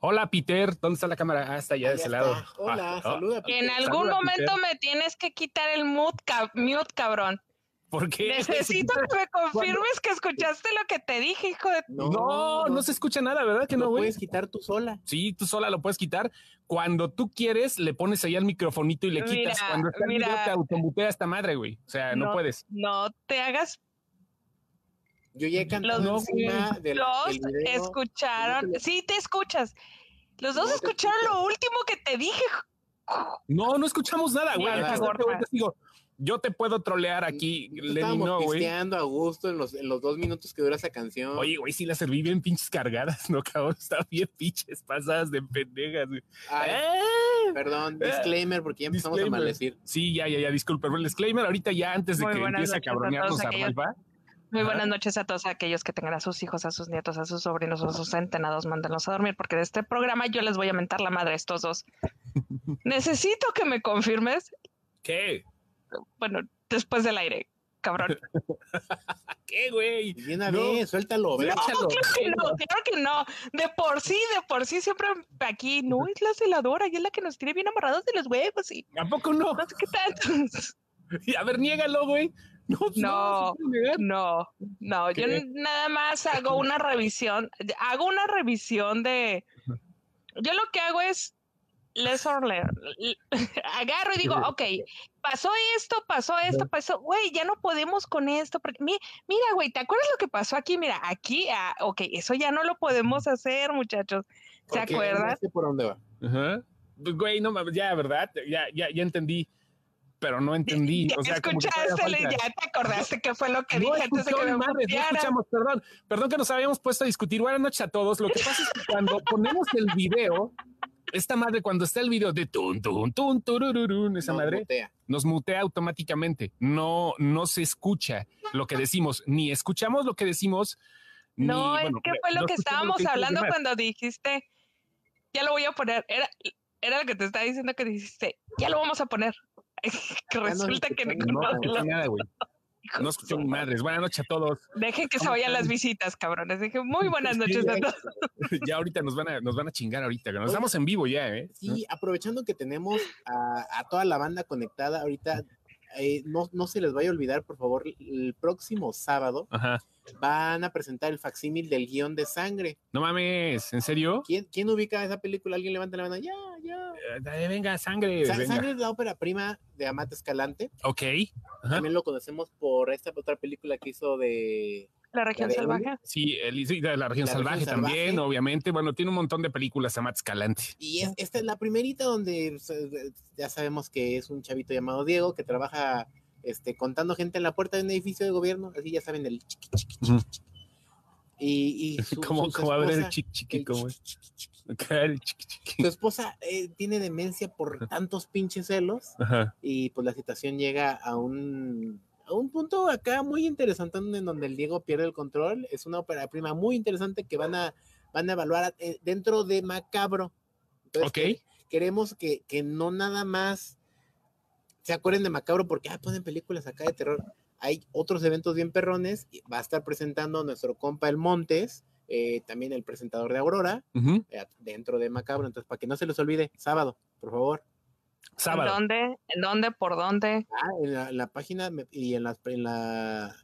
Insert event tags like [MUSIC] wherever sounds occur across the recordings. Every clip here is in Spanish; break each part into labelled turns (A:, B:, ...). A: Hola, Peter, ¿dónde está la cámara? Ah, está allá de
B: Ahí
A: ese
B: está.
A: lado.
B: Hola,
A: Ah,
B: saluda.
A: ah,
B: Peter.
C: En algún
A: Saluda, Peter.
C: momento me tienes que quitar el mute, cab- mute cabrón.
A: ¿Por qué?
C: Necesito que me confirmes que escuchaste lo que te dije, hijo de...
A: [LAUGHS] No, no se escucha nada, ¿verdad que
B: Lo
A: no, güey?
B: puedes quitar tú sola.
A: Sí, tú sola lo puedes quitar. Cuando tú quieres, le pones ahí al microfonito y le quitas.
C: Mira,
A: Cuando está el
C: mira.
A: video, te automutea esta madre, güey. O sea, no,
C: No.
A: puedes.
C: No te hagas...
B: Yo ya he cantado
A: Los-
B: encima de la,
C: Los
B: del video.
C: escucharon...
B: No te-
C: Sí, te escuchas. Los dos
B: No te
C: escucharon
B: escucho.
C: lo último que te dije. jo-
A: No, no escuchamos nada, güey.
B: Mira,
A: Además,
B: gorda.
A: te- ahorita digo, yo te puedo trolear aquí,
B: Nosotros
A: Lenny,
B: Estábamos
A: no, güey.
B: pisteando a gusto en los, en los dos minutos que dura esa canción.
A: Oye, güey, sí las serví bien pinches cargadas, [LAUGHS] ¿no, cabrón? Estaban bien pinches pasadas de pendejas, güey.
B: Ay,
A: ¡Eh!
B: perdón,
A: Eh.
B: disclaimer, porque ya empezamos
A: Disclaimer.
B: a maldecir.
A: Sí, ya, ya, ya, disculpa. El disclaimer ahorita ya, antes de
C: Muy
A: que
C: buenas
A: empiece a
C: noches a todos
A: cabronearnos a
C: aquellos-
A: Ralva.
C: Muy
A: Ajá.
C: buenas noches a todos aquellos que tengan a sus hijos, a sus nietos, a sus sobrinos o a sus centenados. Mándenlos a dormir porque de este programa yo les voy a mentar la madre a estos dos. Necesito que me confirmes.
A: ¿Qué?
C: Bueno, después del aire, cabrón.
A: ¿Qué, güey?
B: Y una
A: No.
B: vez, suéltalo, ¿verdad?
A: Échalo.
C: Que no, claro que no. De por sí, de por sí, siempre aquí. No, es la celadora y es la que nos tiene bien amarrados de los huevos y
A: ¿A poco no? [LAUGHS]
C: no sé qué tanto. [LAUGHS]
A: A ver, niégalo, güey. No, pues,
C: No.
A: no. se puede negar.
C: No, no, yo
A: ¿Qué?
C: n- nada más hago una revisión, hago una revisión de, yo lo que hago es les [LAUGHS] agarro y digo, ok, pasó esto, pasó esto, pasó, güey, ya no podemos con esto, porque mi- mira, güey, ¿te acuerdas lo que pasó aquí? Mira, aquí, ah, ok, eso ya no lo podemos hacer, muchachos, ¿se
B: Porque
C: acuerdan?
B: No sé por dónde va.
A: Ajá. Pues, Güey, no mames, ya, ¿verdad? Ya, ya, ya entendí, pero no
C: [LAUGHS]
A: entendí. O sea, como que todavía
C: Escuchaste,
A: falta.
C: ya te acordaste que fue lo que
A: No
C: dije antes de
A: escuchó
C: que
A: ni
C: me
A: madres, no
C: mutearan.
A: escuchamos, perdón, perdón que nos habíamos puesto a discutir. Buenas noches a todos. Lo que pasa es que
C: [LAUGHS]
A: cuando ponemos el video, esta madre, cuando está el video de tun, tun, tun, turururun, esa
B: Nos
A: madre,
B: mutea.
A: nos mutea automáticamente. No, no se escucha lo que decimos, ni escuchamos lo que decimos. ni-
C: No,
A: bueno,
C: es que fue lo
A: no
C: que
A: escuchamos
C: estábamos
A: dicen los
C: hablando
A: demás.
C: cuando dijiste, ya lo voy a poner, era, era lo que te estaba diciendo que dijiste, ya lo vamos a poner. [LAUGHS] que
B: nos
C: resulta que
B: escuchamos,
C: ninguno
A: No,
C: de los
A: escuché nada, güey.
C: hijos
A: No escuchó
C: de
A: ni
C: su-
A: madres. Buenas noches a todos.
C: Dejen que se
A: ¿Cómo
C: vayan las
A: están?
C: visitas, cabrones. Dije, muy buenas
B: Sí,
C: noches a
B: hay-
C: todos.
A: [LAUGHS] Ya ahorita nos van a, nos van a chingar ahorita. que Nos
B: Oye,
A: estamos en vivo ya, ¿eh?
B: Sí, aprovechando que tenemos a, a toda la banda conectada ahorita, eh, no, no se les vaya a olvidar, por favor, el próximo sábado
A: Ajá.
B: van a presentar el facsímil del guión de sangre.
A: No mames, ¿en serio?
B: ¿Quién, quién ubica esa película? Alguien levanta la mano. Ya, ya.
A: Eh, dale, venga, sangre.
B: Sa-
A: venga. Ah.
B: Sangre es la ópera prima de Amate Escalante.
A: Ok. Ajá.
B: También lo conocemos por esta otra película que hizo de
C: La región
B: ¿La de dónde?
C: salvaje.
A: Sí, el, sí, de la región
B: La
A: salvaje
B: región
A: también,
B: salvaje.
A: obviamente. Bueno, tiene un montón de películas, Amat Escalante.
B: Y es- esta es la primerita donde eh, ya sabemos que es un chavito llamado Diego que trabaja este, contando gente en la puerta de un edificio de gobierno. Así ya saben, el chiqui, chiqui, chiqui,
A: Ujú.
B: chiqui.
A: [LAUGHS]
B: Y, y su,
A: Como,
B: su- su
A: como a ver el
B: esposa,
A: chiqui chiqui,
B: el
A: como es.
B: chiqui, chiqui, chiqui.
A: Ok, el chiqui chiqui.
B: Su esposa eh, tiene demencia por tantos pinches celos
A: Ajá.
B: y pues la situación llega a un, a un punto acá muy interesante en donde el Diego pierde el control. Es una ópera prima muy interesante que van a, van a evaluar eh, dentro de Macabro. Entonces,
A: Ok.
B: queremos que, que no nada más se acuerden de Macabro porque ah, ponen películas acá de terror. Hay otros eventos bien perrones. y Va a estar presentando nuestro compa El Montes, eh, también el presentador de Aurora,
A: Ujú.
B: eh, dentro de Macabro. Entonces, para que no se les olvide, sábado, por favor.
A: Sábado.
C: ¿Dónde? ¿En ¿Dónde? ¿Por dónde?
B: Ah, en la, en la página me- y en la, en la-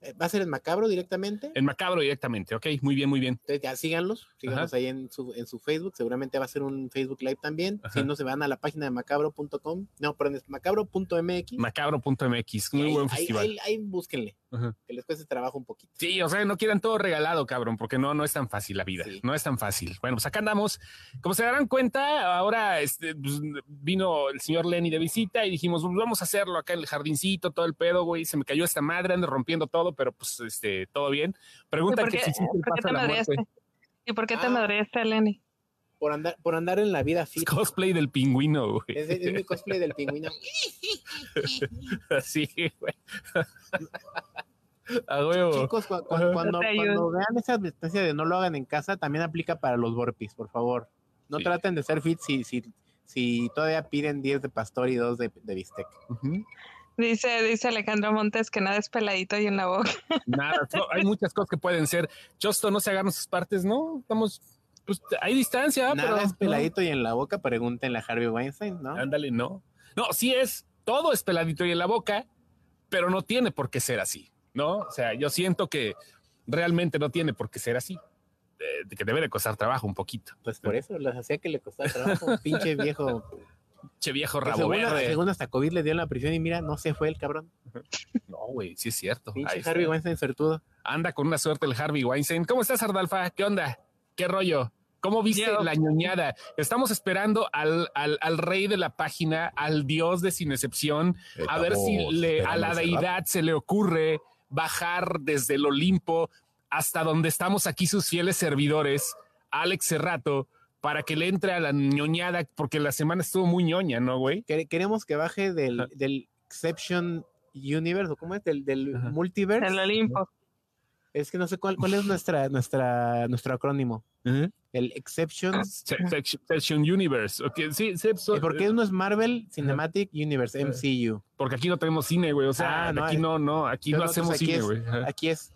B: eh, va a ser en Macabro directamente.
A: En Macabro directamente. Ok, muy bien, muy bien.
B: Entonces ya síganlos, síganlos ahí en su, en su Facebook, seguramente va a ser un Facebook Live también.
A: Ajá.
B: Si no se van a la página de macabro.com, no, perdón, es macabro.mx.
A: Macabro.mx. Muy
B: Ahí-
A: buen
B: ahí-
A: festival.
B: Ahí, ahí búsquenle,
A: Ajá.
B: que les cueste trabajo un poquito.
A: Sí, o sea, no quieran todo regalado, cabrón, porque no, no es tan fácil la vida,
B: Sí.
A: no es tan fácil. Bueno, pues acá andamos. Como se darán cuenta, ahora este, pues, vino el señor Lenny de visita y dijimos, "Pues, vamos a hacerlo acá en el jardincito, todo el pedo, güey. Se me cayó esta madre, ando rompiendo todo, pero pues este, todo bien. Pregunta
C: ¿Por
A: que
C: qué-
A: si hiciste el
C: por qué
A: paso
C: te
A: a la muerte.
C: madreaste? ¿Y por qué te
B: Ah.
C: madreaste, Lenny?
B: Por andar, por andar en la vida
A: Es
B: fit.
A: cosplay del pingüino, güey.
B: Es, es
A: [LAUGHS]
B: mi cosplay del pingüino.
A: Así, güey. [LAUGHS] A huevo.
B: Chicos, cu- cu-
A: Ajá.
B: cuando, cuando
C: Te ayudo.
B: vean esa advertencia de no lo hagan en casa, también aplica para los burpees, por favor. No
A: Sí.
B: traten de ser fit si, si, si todavía piden 10 de pastor y 2 de, de bistec.
A: Ujú.
C: Dice, dice Alejandro Montes que nada es peladito y en la boca.
A: Nada, so- hay muchas cosas que pueden ser. Chosto, no se agarran sus partes, ¿no? Estamos pues hay
C: Ah,
A: distancia,
B: Nada
A: pero.
B: es peladito y en la boca, pregúntenle a Harvey Weinstein,
A: ¿no?
B: ¿no?
A: Ándale, no. No, sí es, todo es peladito y en la boca, pero no tiene por qué ser así, ¿no? O sea, yo siento que realmente no tiene por qué ser así. eh, que debe de costar trabajo un poquito.
B: Pues por eso les hacía que le costaba
C: [LAUGHS]
B: trabajo, pinche viejo.
A: Che viejo
B: Que
A: rabo
B: Según,
A: verde.
B: según hasta COVID le dio en la prisión y mira, no se fue el cabrón.
A: No, güey, sí es cierto.
B: Pinche
A: Ahí está.
B: Harvey Weinstein sortudo.
A: Anda con una suerte el Harvey Weinstein. ¿Cómo estás, Ardalfa? ¿Qué onda? ¿Qué rollo? ¿Cómo viste
C: Yo.
A: la ñoñada? Estamos esperando al, al- al rey de la página, al dios de sin excepción, a ver si
D: Eh, Estamos
A: le, a
D: esperando
A: la
D: ese
A: deidad se le ocurre bajar desde el Olimpo hasta donde estamos aquí sus fieles servidores, Alex Cerrato, para que le entre a la ñoñada, porque la semana estuvo muy ñoña, ¿no, güey?
B: Quere- Queremos que baje del,
A: Ajá.
B: del Exception Universe, ¿o ¿cómo es? Del, del
A: Ajá.
B: multiverse.
C: El Olimpo.
B: Es que no sé cuál, cuál es nuestra, nuestra, nuestro acrónimo. El Exception.
A: Se- se- Section Universe. ok, sí, sí, so-
B: eh, Porque uno es Marvel Cinematic Universe,
A: Ajá.
B: MCU.
A: porque aquí no tenemos cine, güey. O sea,
B: Ah, no,
A: aquí
B: es-
A: no, no, aquí
B: pero
A: no
B: no,
A: hacemos
B: entonces aquí
A: cine,
B: es- Ah.
A: güey. Ajá.
B: Aquí es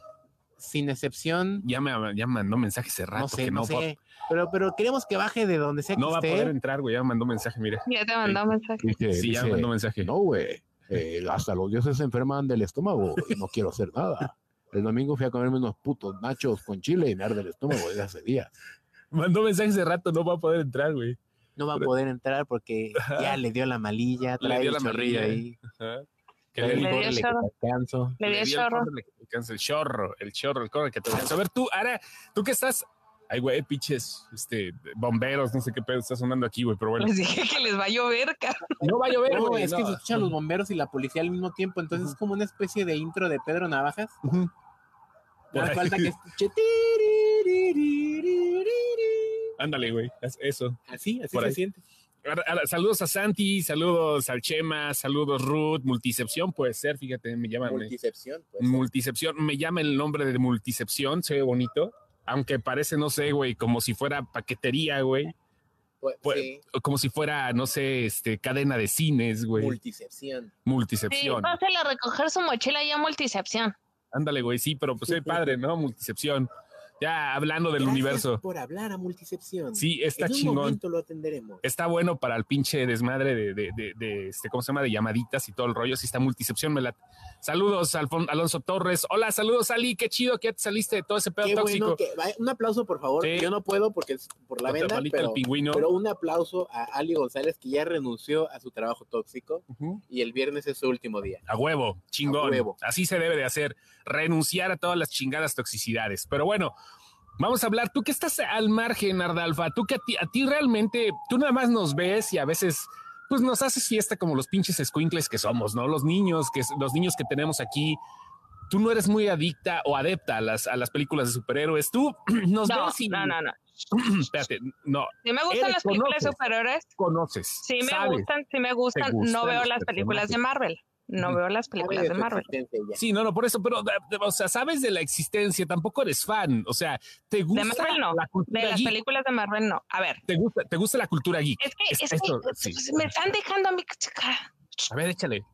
B: sin excepción.
A: Ya me ya mandó mensaje hace rato
B: No sé,
A: que no,
B: no
A: va-
B: sé. Pero, pero queremos que baje de donde sea que
A: no va a
B: esté.
A: poder entrar, güey. Ya me mandó mensaje, mire.
C: Ya te mandó mensaje.
D: Dice-
A: Sí, ya
D: dice,
A: me mandó mensaje.
D: No, güey. eh, hasta los dioses se enferman del estómago y no quiero hacer nada. El domingo fui a comerme unos putos nachos con chile y me arde el estómago desde hace días.
A: Mandó mensaje hace rato, no va a poder entrar, güey.
B: No va a poder entrar porque ya le dio la malilla.
A: Le
B: trae
A: dio
B: el
A: la
B: chorrillo
A: malilla.
B: ahí.
A: Ajá. Que
B: trae
A: le
B: el
A: digo,
C: dio
B: córrele que
C: chorro.
B: te alcanzo.
C: Le di
A: Le
C: el
A: di el
C: chorro.
A: córrele que te alcanza, el chorro, el chorro, el córrele que te alcanza. A ver, tú, Ara, tú que estás. Ay, güey, pinches, este, bomberos, no sé qué pedo está sonando aquí, güey, pero
B: [LAUGHS]
A: bueno.
C: Les dije que les va a llover, [LAUGHS] cabrón.
A: No va a llover,
B: No,
A: güey.
B: es
A: no.
B: que se escuchan los bomberos y la policía al mismo tiempo, entonces es como una especie de intro de Pedro Navajas.
A: Ujú. Por ahí.
B: Nada más falta que escuche tiririririririri.
A: Ándale, güey, haz eso.
B: [LAUGHS] Así, así
A: Por
B: se
A: ahí.
B: siente.
A: Ahora, ahora, Saludos a Santi, saludos al Chema, saludos Ruth, Multicepción puede ser, fíjate, me llaman. eh,
B: Multicepción, pues.
A: Multicepción, me llama el nombre de Multicepción, se ve bonito, aunque parece, no sé, güey, como si fuera paquetería, güey,
B: Pues,
A: pues,
B: sí,
A: o como si fuera, no sé, este, cadena de cines, güey,
B: multicepción.
C: Sí,
A: Multicepción.
C: pásale a recoger su mochila ya a multicepción.
A: Ándale, güey, sí, pero pues se ve padre, ¿no? Multicepción. Ya hablando del
B: Gracias
A: universo.
B: Por hablar a multicepción.
A: Sí, está
B: en un
A: chingón.
B: momento lo atenderemos.
A: Está bueno para el pinche desmadre de, de, de- de, este, ¿cómo se llama? De llamaditas y todo el rollo. Si está multicepción, me la. Saludos, Alfon- Alonso Torres. Hola, saludos, Ali. Qué chido que ya te saliste de todo ese pedo
B: Qué
A: tóxico.
B: bueno que. va- Un aplauso, por favor.
A: Sí.
B: Yo no puedo porque es por la
A: Con tu
B: venda,
A: hermanito el
B: pero,
A: pingüino.
B: pero un aplauso a Ali González que ya renunció a su trabajo tóxico
A: Ujú.
B: y el viernes es su último día.
A: A huevo, chingón.
B: A huevo.
A: Así se debe de hacer. Renunciar a todas las chingadas toxicidades. Pero bueno, vamos a hablar. Tú que estás al margen, Ardalfa. Tú que a ti, a ti realmente, tú nada más nos ves y a veces. Pues nos haces fiesta como los pinches escuincles que somos, ¿no? Los niños que los niños que tenemos aquí. Tú no eres muy adicta o adepta a las, a las películas de superhéroes. Tú [CLEARS THROAT] nos
C: No,
A: ves y
C: no, no, no.
A: [CLEARS THROAT] espérate, no
C: Sí me gustan
A: Eres
C: las películas de
A: conoces.
C: superhéroes.
A: conoces.
C: Sí me
A: sabes.
C: gustan, sí me gustan. No
A: gustan
C: veo
A: los
C: las películas
A: personajes.
C: de Marvel. No
A: Ujú.
C: veo las
B: Sabe
C: películas
B: de
C: de
B: su
C: Marvel.
B: existencia ya.
A: Sí, no, no, por eso, pero, da- da- o sea, sabes de la existencia, tampoco eres fan, o sea, te gusta
C: Marvel no,
A: la cultura
C: De las
A: geek,
C: películas de Marvel no. A ver,
A: te gusta, te gusta la cultura geek.
C: es que,
A: Es-
C: es
A: esto,
C: que
A: sí.
C: pues, me están dejando a mí.
A: A ver, échale.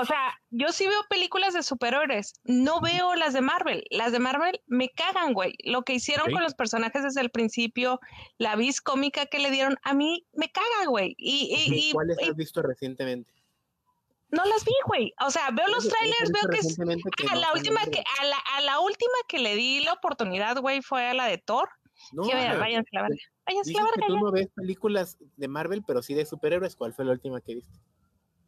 C: O sea, yo sí veo películas de superhéroes. No veo las de Marvel. Las de Marvel me cagan, güey. Lo que hicieron
A: Ok.
C: con los personajes desde el principio, la vis cómica que le dieron, a mí me caga, güey. Y, y- y-
B: ¿Cuáles
C: y
B: has visto recientemente?
C: no las vi, güey. O sea, veo los
B: ¿Cuáles has
C: trailers,
B: visto
C: veo que es
B: recientemente que
C: Ah,
B: no
C: la
B: son
C: última
B: Marvel?
C: que, a la, a la última que le di la oportunidad, güey, fue a la de Thor.
B: No,
C: que vean,
B: ajá.
C: váyanse a la verga. Váyanse a la
B: Dices que
C: verga.
B: tú
C: ya.
B: no ves películas de Marvel, pero sí de superhéroes. ¿Cuál fue la última que viste?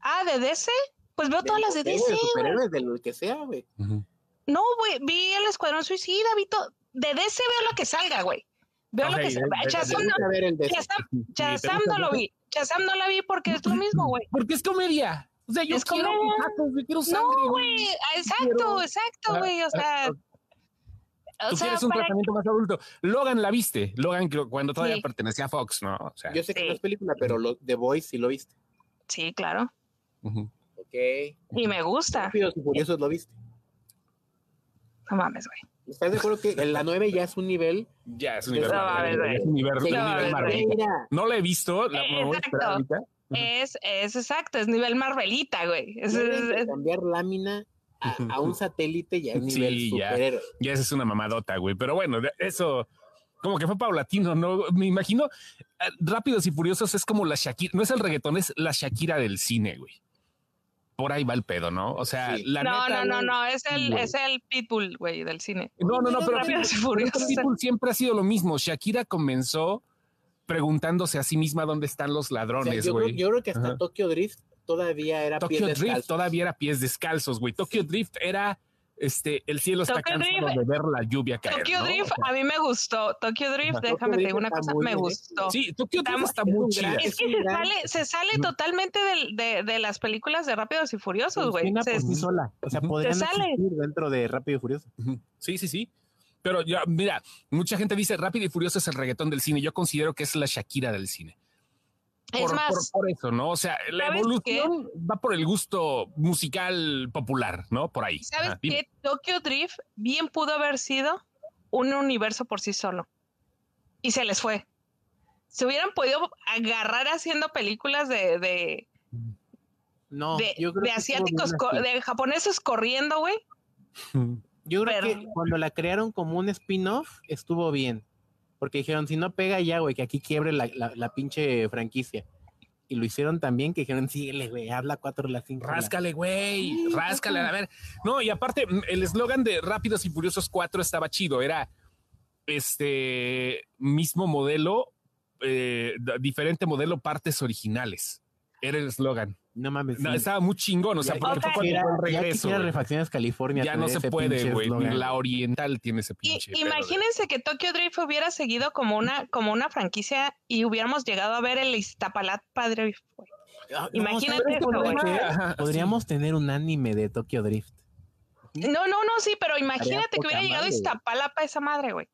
C: Ah, de DC. Pues veo todas las de
B: superhéroes,
C: DC.
B: De superhéroes, de lo que sea, güey.
C: No, güey, vi el Escuadrón Suicida, vi todo. De DC veo lo que salga, güey. Veo
A: Ok,
C: lo que
A: de-
C: salga.
A: de- de-
C: Shazam,
B: Vete
C: no,
B: a ver el
A: [LAUGHS]
B: de
C: Shazam-
A: te
C: Shazam
A: gusta
C: no lo
A: mucho.
C: vi. Shazam no la vi porque es lo mismo, güey.
A: Porque es comedia. O sea, yo
C: Es
A: quiero
C: comedia.
A: putazos, yo quiero
C: No,
A: sangre.
C: güey, exacto, exacto,
A: Ajá,
C: güey. O sea,
A: Tú
C: o sea,
A: quieres un
C: para-
A: tratamiento más adulto. Logan la viste. Logan creo, cuando todavía
C: Sí.
A: pertenecía a Fox, ¿no? O sea,
B: Yo sé que no
C: Sí.
B: es película, pero lo, The Voice sí lo viste.
C: sí, claro.
A: ujú.
B: Ok.
C: Y me gusta.
B: Rápidos y Furiosos lo viste.
C: No mames, güey.
B: ¿Estás de acuerdo que en la 9 ya es un nivel?
A: ya es un
B: No,
A: nivel.
C: a
A: Marvel,
C: ver,
A: es un nivel-
B: Sí,
A: un
C: no, a
A: nivel
C: ver,
A: Marvel.
B: Mira,
A: No la he visto, la
C: Eh,
A: me voy a esperar
C: exacto.
A: ahorita. Ujú.
C: Es, es exacto, es nivel Marvelita, güey. Es- es-
B: tienen que
C: es-
B: cambiar lámina
A: [LAUGHS]
B: a, a un satélite ya es
A: Sí,
B: nivel
A: ya.
B: superhéroe.
A: Ya esa es una mamadota, güey. Pero bueno, de- eso como que fue paulatino, ¿no? Me imagino, eh, Rápidos y Furiosos es como la Shakira, no es el reggaetón, es la Shakira del cine, güey. Por ahí va el pedo, ¿no? O sea,
B: Sí.
A: la
C: no,
A: neta,
C: no, no,
A: güey.
C: no, es el,
A: güey.
C: es el Pitbull, güey, del cine.
A: No, no, no, pero
C: Rápidos y
A: Pero
C: furiosos.
A: Pitbull siempre ha sido lo mismo. Shakira comenzó preguntándose a sí misma dónde están los
B: O sea,
A: ladrones,
B: yo, creo,
A: güey.
B: yo creo que hasta
A: Ajá.
B: Tokyo Drift todavía era
A: Tokyo
B: piel
A: Drift
B: descalza.
A: todavía era pies descalzos, güey. Tokyo Drift era este, el cielo está
C: Tokyo
A: cansado
C: Drift-
A: de ver la lluvia caer.
C: Tokyo
A: ¿no?
C: Drift, a mí me gustó. Tokyo Drift,
A: Ajá.
C: déjame
B: Tokyo
C: te digo
B: Drift
C: una
B: está
C: cosa,
B: muy
C: me
B: bien
C: gustó.
B: hecho.
A: ¿eh? Sí, Tokyo Drift
B: Estamos-
A: está muy
B: es un
A: chida.
B: gran-
C: Es
B: Es
C: que
B: un
C: se
B: gran-
C: sale, se sale
A: Ujú.
C: totalmente del- de, de las películas de Rápidos y Furiosos, Pues, güey.
B: Funciona
C: Se-
B: por sí pues, sola. O sea,
A: Te
B: podrían
C: sale.
B: existir dentro de Rápido y Furioso.
A: Ujú. Sí, sí, sí. Pero ya, mira, mucha gente dice Rápido y Furioso es el reggaetón del cine. Yo considero que es la Shakira del cine.
C: es
A: por,
C: más,
A: por- por eso, ¿no? O sea, la
C: ¿sabes
A: evolución va por el gusto musical popular, ¿no? Por ahí.
C: ¿sabes
A: Ajá, dime.
C: qué? Tokyo Drift bien pudo haber sido un universo por sí solo. Y se les fue. Se hubieran podido agarrar haciendo películas de, de,
B: No,
C: de-
B: yo creo
C: de
B: que estuvo
C: asiáticos,
B: bien
C: co-
B: así.
C: de japoneses corriendo, güey.
B: Yo creo
C: Pero-
B: que cuando la crearon como un spin-off, estuvo bien. Porque dijeron, si no pega ya, güey, que aquí quiebre la, la- la pinche franquicia. Y lo hicieron también, que dijeron, síguele, güey, haz la 4, la 5.
A: Ráscale, güey, ráscale, a ver. No, y aparte, mm, el eslogan de Rápidos y Furiosos 4 estaba chido, era este mismo modelo, eh, d- diferente modelo, partes originales. Era el eslogan.
B: No mames.
A: No,
B: sí.
A: estaba muy chingón, o sea,
B: Ya-
A: porque
C: ya
A: fue cuando
B: quisiera-
A: fue el
B: ya
A: regreso.
B: quisiera
A: güey.
B: Refacciones California.
A: Ya, no
B: tener
A: se
B: ese
A: puede,
B: pinche
A: güey. ni
B: eslogan.
A: La oriental tiene ese
C: Y
A: pinche. pedo de-
C: imagínense que Tokyo Drift hubiera seguido como una, como una franquicia y hubiéramos llegado a ver el Iztapalapa Drift. güey.
B: Ah, no, ¿sabes
C: Imagínate
B: qué
C: eso,
B: podría
C: güey.
B: ser?
A: Ajá,
B: [LAUGHS] Podríamos tener un anime de Tokyo Drift.
C: No, no, no, sí, pero imagínate que
B: poca
C: hubiera llegado
B: madre, güey.
C: Iztapalapa esa madre, güey.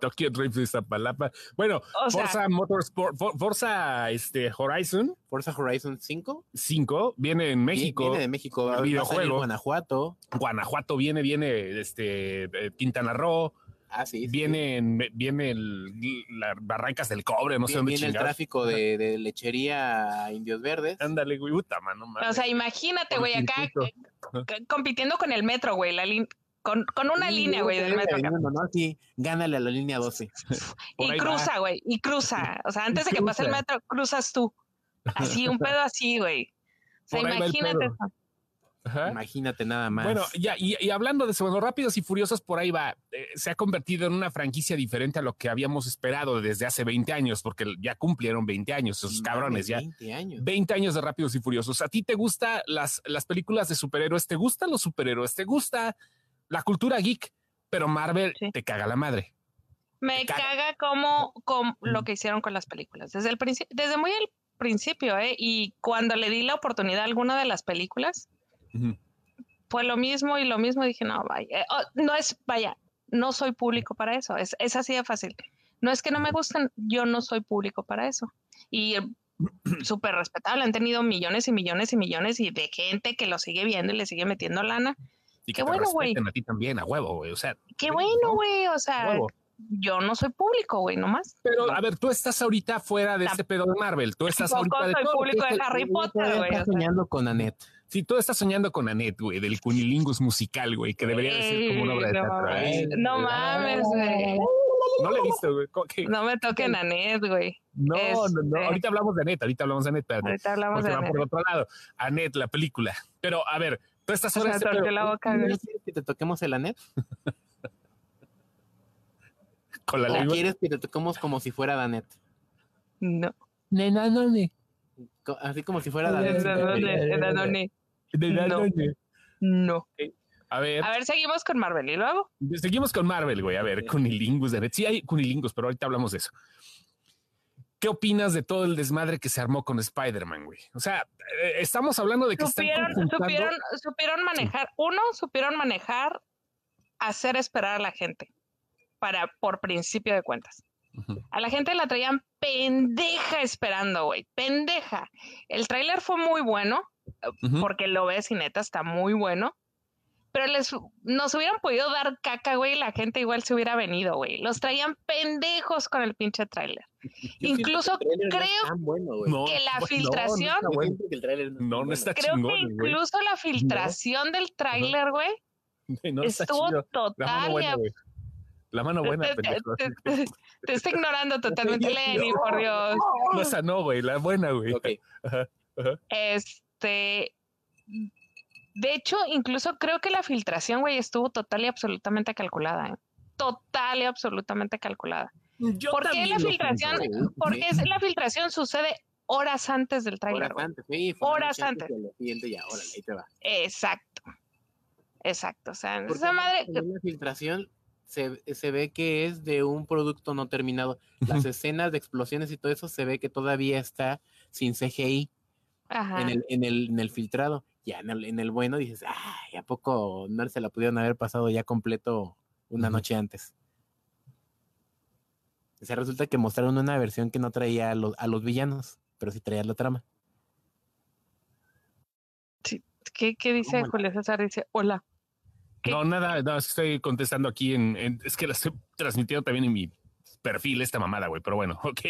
A: Tokyo Drift de Iztapalapa. Bueno,
C: O sea,
A: Forza Motorsport, For- Forza este, Horizon
B: Forza Horizon 5.
A: 5 viene en México.
B: Viene de México. va a salir
A: videojuego.
B: Guanajuato.
A: Guanajuato viene, viene este eh, Quintana Roo,
B: Ah, sí. sí.
A: viene, en- viene las Barrancas del Cobre, no sé
B: Viene-
A: dónde
B: viene el
A: chingados.
B: tráfico de, de lechería a Indios Verdes.
A: Ándale, güey, puta, mano, mames.
C: o sea, imagínate,
A: Por
C: güey,
A: el
C: acá
A: circuito.
C: c- compitiendo con el metro, güey, la lin- con, con una
B: Sí,
C: línea,
B: luego
C: güey,
B: te
C: del
B: debe
C: metro.
B: de
C: acá.
B: venir uno, ¿no? Sí, gánale a la línea 12.
A: Por
C: Y
A: ahí va.
C: cruza, güey, y cruza. O sea, antes de que pase el
A: cruza.
C: metro, cruzas tú. Así, un pedo así, güey. O sea,
A: Por ahí va el
C: imagínate.
A: pedo.
C: eso.
A: Ajá.
B: Imagínate nada más.
A: Bueno, ya, y, y hablando de eso, bueno, Rápidos y Furiosos por ahí va, eh, se ha convertido en una franquicia diferente a lo que habíamos esperado desde hace 20 años, porque ya cumplieron 20 años esos
B: Mames,
A: cabrones, ya.
B: 20 años.
A: 20 años de Rápidos y Furiosos. ¿A ti te gustan las, las películas de superhéroes? ¿Te gustan los superhéroes? ¿Te gusta la cultura geek? Pero Marvel
C: Sí.
A: te caga la madre.
C: Me
A: caga.
C: caga como, como lo
A: Mm.
C: que hicieron con las películas. Desde el principio, desde muy al principio, ¿eh? Y cuando le di la oportunidad a alguna de las películas, fue lo mismo y lo mismo. Dije, no, vaya, eh, oh, no es, vaya, no soy público para eso. Es, es así de fácil. No es que no me gusten, yo no soy público para eso. Y
A: [CLEARS THROAT]
C: eh, súper respetable, han tenido millones y millones y millones y de gente que lo sigue viendo y le sigue metiendo lana.
A: Y
C: Qué
A: te
C: bueno, güey.
A: respeten A ti también, a huevo, güey. O sea,
C: Qué
A: Sí,
C: bueno,
A: ¿no?
C: güey, o sea,
A: a huevo.
C: yo Ah, no soy público, güey, nomás.
A: Pero, a ver, tú estás ahorita fuera de
C: Tam-
A: este pedo de Marvel. Tú estás
C: Tampoco
A: ahorita de
C: soy
A: todo.
C: público de
A: Tú-
C: Harry
B: Yo todavía
C: Potter, güey.
B: estaba
C: o sea.
B: soñando con Annette.
A: Sí, tú estás soñando con Annette, güey, del Cunilingus musical, güey, que debería de ser como una obra de
C: Ey, no
A: teatro. ¿eh?
C: mames.
A: Ay,
C: No mames, güey.
A: No la he visto, güey. ¿Cómo que?
C: No me toquen a Ned, güey.
A: No, no, no.
C: Este-
A: Ahorita hablamos de Annette, ahorita hablamos de Annette. espérate.
C: Ahorita hablamos
A: porque
C: de
A: va
C: Ned.
A: por otro lado. Annette, la película. Pero, a ver, tú estás
C: Se
A: ahora. este
C: me torció la boca,
B: ¿No
C: güey.
B: quieres que te toquemos el Annette?
A: con la
B: ¿O
A: lengua.
B: quieres que te toquemos como si fuera Danette?
C: No.
A: Nena, no, ne.
B: Co- Así como si fuera
A: Ay,
C: Es
A: ay, ay, ay,
B: Danette.
A: ay.
C: Danone, es Danone.
A: Nena,
C: No.
A: no, ne.
C: No.
A: A ver,
C: A ver, seguimos con Marvel y luego.
A: seguimos con Marvel, güey. A ver,
B: Sí.
A: Cunilingus de Annette. Sí, hay Cunilingus, pero ahorita hablamos de eso. ¿Qué opinas de todo el desmadre que se armó con Spider-Man, güey? O sea, eh, estamos hablando de que están
C: Supieron,
A: conjuntando-
C: supieron, supieron manejar, uno, supieron manejar, hacer esperar a la gente. Para, por principio de cuentas.
A: Ujú.
C: A la gente la traían pendeja esperando, güey. Pendeja. El tráiler fue muy bueno.
A: Ujú.
C: porque lo ves y neta está muy bueno. Pero les, nos hubieran podido dar caca, güey, y la gente igual se hubiera venido, güey. Los traían pendejos con el pinche tráiler. Incluso creo
B: pues.
A: No,
C: que la
A: no, no
C: filtración-
A: está bueno. No, no está
C: Creo que
A: chingón, güey.
C: incluso la filtración del tráiler, güey,
A: No está
C: estuvo
A: chido. Está muy
C: total y
A: bueno, güey. La mano buena,
C: [LAUGHS] te, te-
A: pendejo.
C: te- te- te está ignorando totalmente, Lenny, por Dios.
A: [LAUGHS] No, esa no, güey, la buena, güey.
B: Ok.
C: Este. De hecho, incluso creo que la filtración, güey, estuvo total y absolutamente calculada. ¿eh? Total y absolutamente calculada.
A: Yo
C: ¿Por qué
A: también
C: la
A: lo
C: filtración?
A: pienso, güey.
C: Porque es- la filtración sucede horas antes del
B: Horas
C: tráiler. güey.
B: antes, sí, fue
C: Horas
B: mucho
C: antes.
B: y a lo siguiente ya, órale, ahí te va.
C: Exacto. Exacto. O sea,
B: Porque
C: esa madre.
B: además también La filtración se, se ve que es de un producto no terminado. Las escenas de explosiones y todo eso se ve que todavía está sin CGI
C: Ajá.
B: en el, en el, en el filtrado. Ya en el, en el bueno dices, ay, ¿a poco no se la pudieron haber pasado ya completo una
A: Ujú.
B: noche antes? O sea, resulta que mostraron una versión que no traía a los, a los villanos, pero sí traía la trama.
C: ¿Qué, qué dice
B: Hola.
C: Julio César? Dice, hola. ¿Qué?
A: No, nada, no, es que estoy contestando aquí en, en- Es que la estoy transmitiendo también en mi perfil esta mamada, güey, pero bueno, [LAUGHS] ok,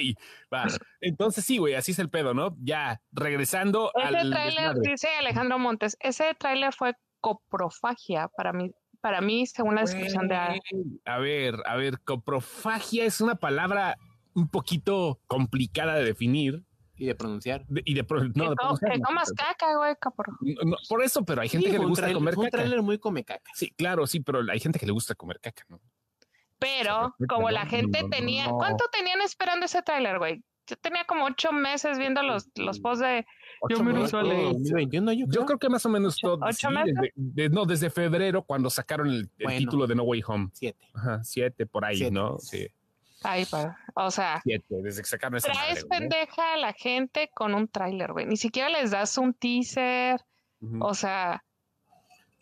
A: va. Entonces sí, güey, así es el pedo, ¿no? Ya, regresando al
C: Ese tráiler,
A: desmadre.
C: dice Alejandro Montes, ese tráiler fue coprofagia para mí, para mí, según la descripción de Al.
A: Güey, A ver, a ver, coprofagia es una palabra un poquito complicada de definir
B: Y de pronunciar.
A: de- y de... pro- no, de
C: que, to-
A: pronunciar,
C: que
A: no,
C: comas caca, güey, capor.
A: no, por eso, pero hay gente
B: Sí,
A: que
B: fue
A: le
B: un
A: gusta
B: tráiler-
A: comer
B: fue un
A: caca.
B: tráiler muy come caca.
A: Sí, claro, sí, pero hay gente que le gusta comer caca, ¿no?
C: Pero
A: respeta,
C: como
A: ¿no?
C: la gente
A: No,
C: tenía,
A: no.
C: ¿cuánto tenían esperando ese tráiler, güey? Yo tenía como ocho meses viendo los, los posts de
A: Ocho
C: me lo
A: meses.
C: sale.
B: 2021, yo creo.
A: Yo creo que más o menos todo.
C: ocho
A: sí,
C: meses?
A: desde- de- no, desde febrero, cuando sacaron el, el
B: Bueno.
A: título de No Way Home.
B: Siete.
A: Ajá, siete por ahí,
B: Siete.
A: ¿no? Sí,
C: ay, pa- o sea,
A: siete, desde que sacaron esa madre,
C: traes
A: güey, ¿no?
C: pendeja a la gente con un tráiler, güey. Ni siquiera les das un teaser,
A: Ujú.
C: o sea,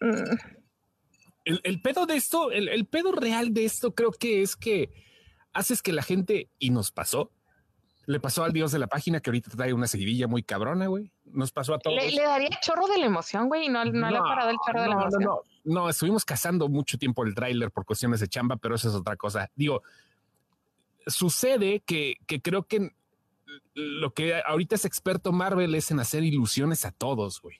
C: mm,
A: el, el pedo de esto, el, el pedo real de esto creo que es que haces que la gente, y nos pasó, le pasó al dios de la página que ahorita trae una seguidilla muy cabrona, güey. Nos pasó a todos.
C: le, le daría chorro de la emoción, güey, y no, no le ha
A: No,
C: parado el chorro de la
A: no, no,
C: emoción.
A: no, no, estuvimos cazando mucho tiempo el tráiler por cuestiones de chamba, pero eso es otra cosa. Digo, sucede que, que creo que lo que ahorita es experto Marvel es en hacer ilusiones a todos, güey.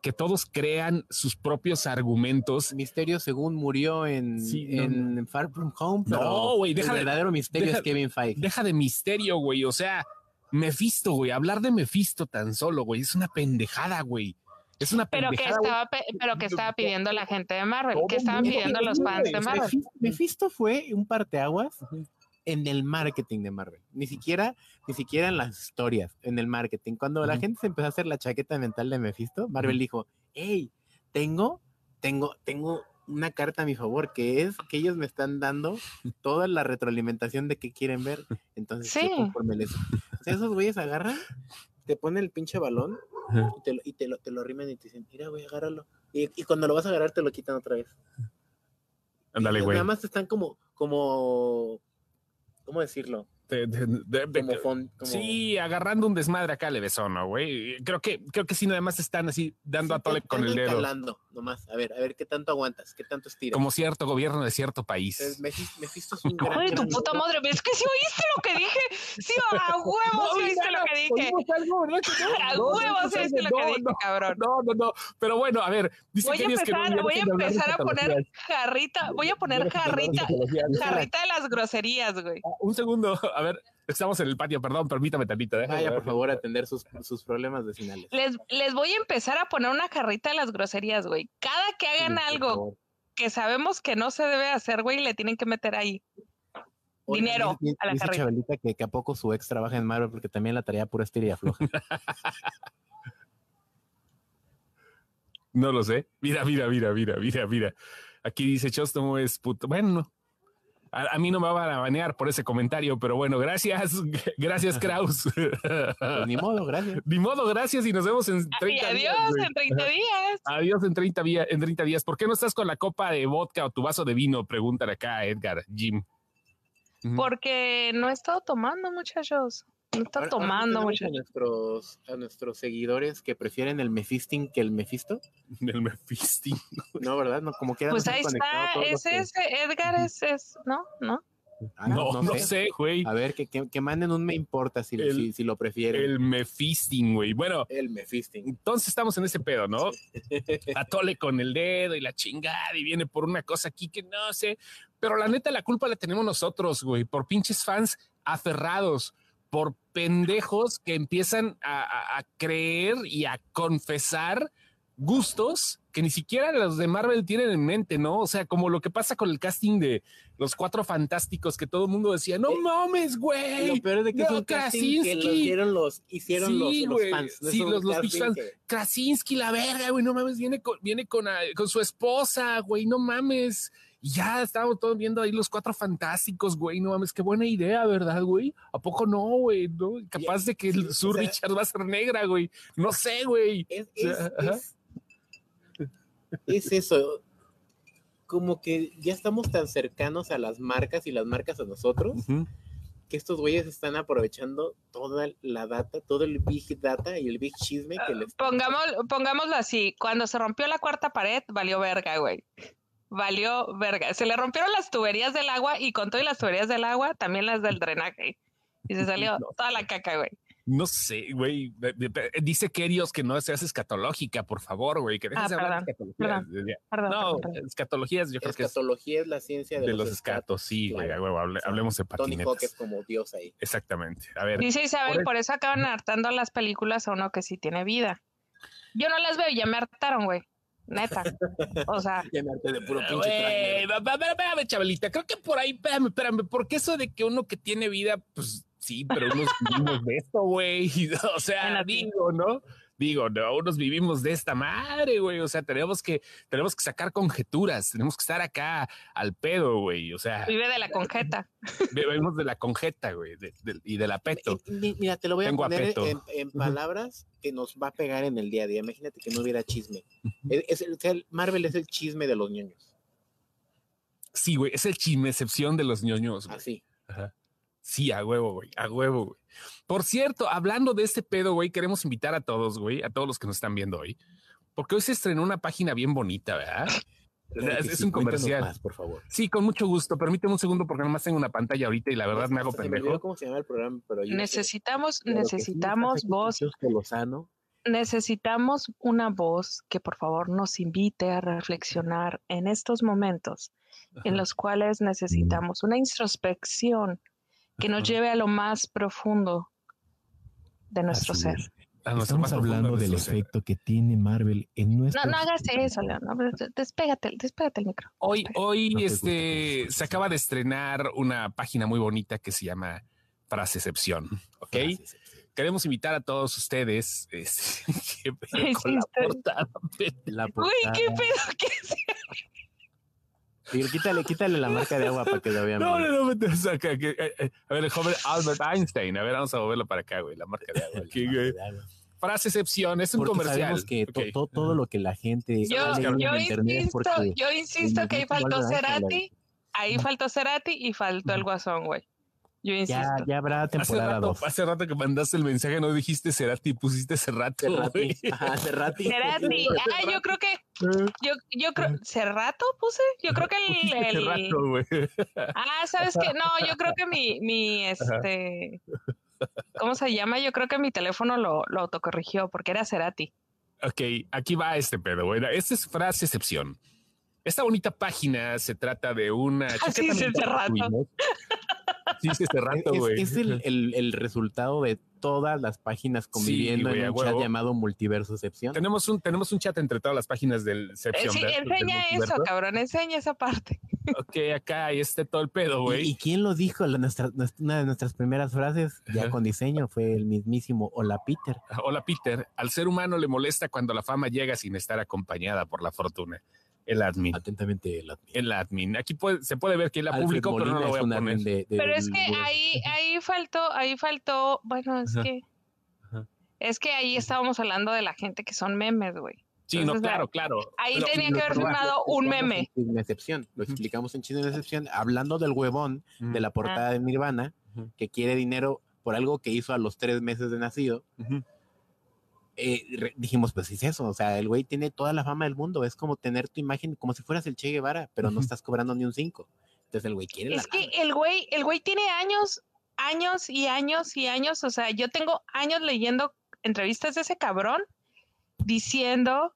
A: Que todos crean sus propios argumentos.
B: Misterio según murió en,
A: Sí, no,
B: en Far From Home. pero
A: No, güey, deja de-
B: El verdadero misterio
A: deja-
B: es Kevin Feige.
A: Deja de misterio, güey. O sea, Mephisto, güey. Hablar de Mephisto tan solo, güey. Es una pendejada, güey. Es una
C: Pero que,
A: pendejada. güey.
C: estaba, pe- pero que estaba pidiendo la gente de Marvel,
A: Todo
C: que estaban
A: mundo
C: pidiendo los
A: pidiendo,
C: fans de
A: güey,
C: Marvel.
B: Mephisto, Mephisto fue un parteaguas
A: Ujú.
B: en el marketing de Marvel. Ni siquiera, ni siquiera en las historias, en el marketing. Cuando la
A: Ujú.
B: gente se empezó a hacer la chaqueta mental de Mephisto, Marvel
A: Ujú.
B: dijo, hey, tengo, tengo, tengo una carta a mi favor, que es que ellos me están dando toda la retroalimentación de que quieren ver. Entonces, yo
C: Sí.
B: conforme les- o sea, esos güeyes agarran, te ponen el pinche balón
A: Ujú.
B: y te lo, y te lo, te lo arriman y te dicen, mira, güey, agárralo. Y, y cuando lo vas a agarrar, te lo quitan otra vez.
A: Ándale,
B: Entonces,
A: güey.
B: Nada más te están como, como, ¿cómo decirlo?
A: Te- te- de- de-
B: Como fon- como-
A: Sí, agarrando un desmadre acá, levesón, ¿no, güey? Creo que, creo que sí, nada más están así dando
B: sí,
A: a tole
B: te
A: con el
B: están
A: dedo,
B: encalando nomás. A ver, a ver qué tanto aguantas, qué tanto estiras. Eh,
A: como cierto gobierno de cierto
B: Entonces,
A: país.
B: Mephisto, Mephisto es un gran-
C: Hijo de tu
B: gran-
C: puta madre, es que sí oíste lo que dije. Sí, a huevo
A: [LAUGHS]
C: sí oíste lo que dije. [LAUGHS] A huevo sí oíste lo que dije, cabrón.
A: No, no, no. Pero bueno, a ver, dice
C: Voy a
A: Kenios que no,
C: empezar,
A: ya
C: voy a
A: dejen de hablar de
C: empezar a poner
A: patologías.
C: jarrita, voy a
A: Ya
C: poner
A: dejen de hablar de
C: jarrita,
A: patologías.
C: jarrita de las groserías, güey.
A: Ah, Un segundo, a ver, estamos en el patio, perdón, permítame tantito. ¿eh? déjame
B: Vaya,
A: ver.
B: por favor, a atender sus, sus problemas vecinales.
C: Les, les voy a empezar a poner una jarrita de las groserías, güey. Cada que hagan
B: Sí, por
C: algo
B: favor.
C: que sabemos que no se debe hacer, güey, le tienen que meter ahí.
B: Oigan,
C: dinero
B: dice-
C: a la
B: dice
C: carrera.
B: Chabelita que, que a poco su ex trabaja en Marvel porque también la tarea pura estira y afloja.
A: No lo sé. Mira, mira, mira, mira, mira, mira. Aquí dice Chostomo es puto. Bueno, no. a, a mí no me van a banear por ese comentario, pero bueno, gracias, [LAUGHS] gracias, Kraus. [LAUGHS]
B: Pues ni modo, gracias.
A: Ni modo, gracias y nos vemos en
C: Y
A: 30 días.
C: adiós
A: güey.
C: en 30 días.
A: Adiós en 30, vía- en 30 días. ¿Por qué no estás con la copa de vodka o tu vaso de vino? Preguntan acá a Edgar, Jim. Ujú.
C: Porque no he estado tomando, muchachos. No he estado
B: Ahora- ahora
C: tomando,
B: tenemos a
C: muchachos.
B: nuestros, a nuestros seguidores que prefieren el Mephisting que el Mephisto.
A: [LAUGHS] El Mephisti.
B: Pues No, ¿verdad? No, como quieran.
C: Pues ahí está, ese es Edgar, es, es, ¿no? ¿No?
B: Ah,
A: no, no, sé, güey.
B: A ver, que, que, que manden un me importa si,
A: El-
B: si, si lo prefieren. El,
A: El mefisting, güey. Bueno,
B: mefisting.
A: entonces estamos en ese pedo, ¿no? Atole con el dedo y la chingada y viene por una cosa aquí que no sé. Pero la neta, la culpa la tenemos nosotros, güey, por pinches fans aferrados, por pendejos que empiezan a, a- a creer y a confesar gustos que ni siquiera los de Marvel tienen en mente, ¿no? O sea, como lo que pasa con el casting de los cuatro fantásticos que todo el mundo decía, no
B: Eh,
A: mames,
B: Lo
A: güey.
B: peor es de que es
A: no,
B: un casting que
A: Krasinski.
B: lo hicieron los, hicieron
A: Sí,
B: los, los
A: güey.
B: fans. No es
A: Sí,
B: un
A: los- los
B: casting
A: bitch fans.
B: que-
A: Krasinski, la verga, güey, no mames, viene con, viene con, ah, con su esposa, güey, no mames. Y ya estábamos todos viendo ahí los cuatro fantásticos, güey, no mames, qué buena idea, ¿verdad, güey? ¿A poco no, güey? ¿No? Capaz de que el- su
B: o sea-
A: Richard va a ser negra, güey. No sé, güey.
B: Es,
A: sea,
B: es-
A: ajá.
B: es- es eso. Como que ya estamos tan cercanos a las marcas y las marcas a nosotros que estos güeyes están aprovechando toda la data, todo el big data y el big chisme
A: Ah,
B: que les.
C: Pongamos- pongámoslo así, cuando se rompió la cuarta pared, valió verga, güey. Valió verga. Se le rompieron las tuberías del agua y con todas las tuberías del agua, también las del drenaje. Y se salió toda la caca, güey.
A: No sé, güey. Dice que Dios que no seas escatológica, por favor, güey, que dejes
C: Ah,
A: de hablar
C: perdón,
A: de escatologías.
C: Perdón,
A: No,
C: perdón, perdón.
A: escatologías yo creo que es
B: Escatología es la ciencia de,
A: de los escatos, sí, güey,
B: claro.
A: a huevo, hable-
B: Sí.
A: hablemos de
B: Tony Hawk es
A: patinetas.
B: como Dios ahí.
A: Exactamente. A ver,
C: Dice Isabel,
A: eh, Por
C: por,
A: eso-
C: eso acaban hartando las películas a uno que sí tiene vida. Yo no las veo, ya me hartaron, güey. Neta. O sea,
B: Llenarte de puro
A: Ah,
B: pinche
A: güey,
B: trailer.
A: va- va- va- Espérame, Chabelita, creo que por ahí, espérame, espérame, porque eso de que uno que tiene vida, pues sí, pero unos
B: [LAUGHS]
A: vivimos de esto, güey. [LAUGHS] O sea,
C: Bueno, sí.
A: digo, ¿no? Digo, no, unos vivimos de esta madre, güey. O sea, tenemos que, tenemos que sacar conjeturas, tenemos que estar acá al pedo, güey. O sea,
C: vive de la
B: [LAUGHS]
C: conjeta.
A: vivimos de la conjeta, güey, de- de- y del apeto.
B: Mi- mi- Mira, te lo voy a
A: Tengo
B: poner
A: apeto.
B: en, en palabras que nos va a pegar en el día a día. Imagínate que no hubiera chisme. Es- es el- o sea, Marvel es el chisme de los niños.
A: Sí, güey, es el chisme excepción de los ñoños, güey.
B: Así.
A: Sí, a huevo, güey, a huevo, güey. Por cierto, hablando de este pedo, güey, queremos invitar a todos, güey, a todos los que nos están viendo hoy, porque hoy se estrenó una página bien bonita, ¿verdad?
B: Claro
A: Es,
B: que
A: es
B: sí,
A: un
B: cuéntanos
A: comercial.
B: más, por favor.
A: Sí, con mucho gusto. Permíteme un segundo porque nomás tengo una pantalla ahorita y la verdad me hago
B: Hasta se me olvidó
A: pendejo.
B: cómo se llama el programa, pero yo-
C: Necesitamos,
B: Claro que sí,
C: necesitamos
B: estás aquí con
C: voz
B: Chusco Lozano.
C: Necesitamos una voz que por favor nos invite a reflexionar en estos momentos en los cuales necesitamos una introspección que nos
A: Ajá.
C: lleve a lo más profundo de nuestro
E: Así
C: ser.
E: es.
A: A nuestro
E: Ah, Estamos
A: más profundo
E: hablando del
A: nuestro ser.
E: efecto que tiene Marvel en
C: No,
E: nuestro.
C: no hagas eso, León. no, pero des- Despégate, despégate el micro.
A: Hoy, hoy
E: No te gusta,
A: este,
E: pues,
A: se acaba de estrenar una página muy bonita que se llama Frasecepción, ¿ok?
B: Frases.
A: Queremos invitar a todos ustedes [LAUGHS] este, que vean con la
C: Hiciste-
A: portada, pendejo.
B: La
C: Uy, qué
B: portada.
C: pedo [LAUGHS] que es.
B: Sí, quítale, quítale la marca de agua para que lo vean.
A: No,
B: bien.
A: no, no, vete, saca, que- eh, eh, a ver, el joven Albert Einstein. A ver, vamos a moverlo para acá, güey, la marca de agua. Aquí,
B: La marca
A: güey.
B: de agua.
A: Frase excepción, es un
B: Porque
A: comercial.
B: sabemos que to-
A: Ok.
B: to- todo lo que la gente
C: Yo,
B: está leyendo
C: yo
B: en internet es
C: insisto,
B: porque
C: yo insisto que ahí
B: necesito
C: faltó
B: algo de Ángela,
C: Cerati, ahí faltó Cerati y faltó el Guasón, güey. Yo
B: ya,
C: insisto.
B: ya habrá
A: Hace
B: temporada
A: rato,
B: 2.
A: hace rato que mandaste el mensaje, no dijiste Cerati, pusiste Cerrato. güey.
B: Cerrati.
C: Cerati, ah, yo creo que Yo, yo creo, ¿Cerrato puse? Yo creo que el,
A: [LAUGHS] Mm. Pusiste
C: el-
A: Cerrato, güey.
C: ah, ¿sabes qué? No, yo creo que mi, mi, este, ¿cómo se llama? Yo creo que mi teléfono lo, lo autocorrigió porque era Cerati.
A: Ok, aquí va este pedo, güey. Esta es frase excepción. Esta bonita página se trata de una.
B: Ah,
C: sí,
A: chaqueta
C: sí,
A: mental
C: Cerrato.
A: que tuvimos. Sí, sí, Cerrato, güey.
B: Es, es el, el- el resultado de todas las páginas conviviendo
A: güey,
B: en
A: a
B: un chat
A: huevo.
B: llamado Multiverso Excepción.
A: Tenemos un, tenemos un chat entre todas las páginas del
C: Eh,
A: Excepción.
C: sí,
A: del- del
C: enseña eso,
A: multiverso.
C: cabrón, enseña esa parte.
A: Ok, acá ahí está todo el pedo,
B: ¿Y,
A: güey.
B: y quién lo dijo? La- nuestra- nuestra- una de nuestras primeras frases, ya
A: Ajá.
B: con diseño, fue el mismísimo Hola Peter.
A: Hola, Peter. Al ser humano le molesta cuando la fama llega sin estar acompañada por la fortuna. El admin.
B: Atentamente, el admin.
A: El admin. Aquí puede- se puede ver que la
B: Alfred
A: publicó, pero no
B: Molina
A: lo voy
B: es
A: a
B: un
A: poner.
B: admin de- de-
C: Pero es que
B: del-
C: ahí, ahí faltó, ahí faltó, bueno, es
A: Ajá,
C: que,
A: ajá.
C: es que ahí estábamos hablando de la gente que son memes, güey.
A: Sí, no,
C: Entonces,
A: claro, claro.
C: Ahí
A: Pero-
C: tenía que haber
A: pero-
C: firmado un meme.
B: Sin excepción. Lo
A: Ujú.
B: explicamos en Chino en excepción, hablando del huevón de la portada de Nirvana,
A: Ah. Ujú.
B: que quiere dinero por algo que hizo a los tres meses de nacido.
A: Ujú.
B: Eh, re- dijimos, pues es eso, o sea, el güey tiene toda la fama del mundo, es como tener tu imagen como si fueras el Che Guevara, pero no
A: Ujú.
B: estás cobrando ni un 5. Entonces el güey quiere la
C: Es que
B: lana.
C: el güey, el güey tiene años, años y años y años. O sea, yo tengo años leyendo entrevistas de ese cabrón diciendo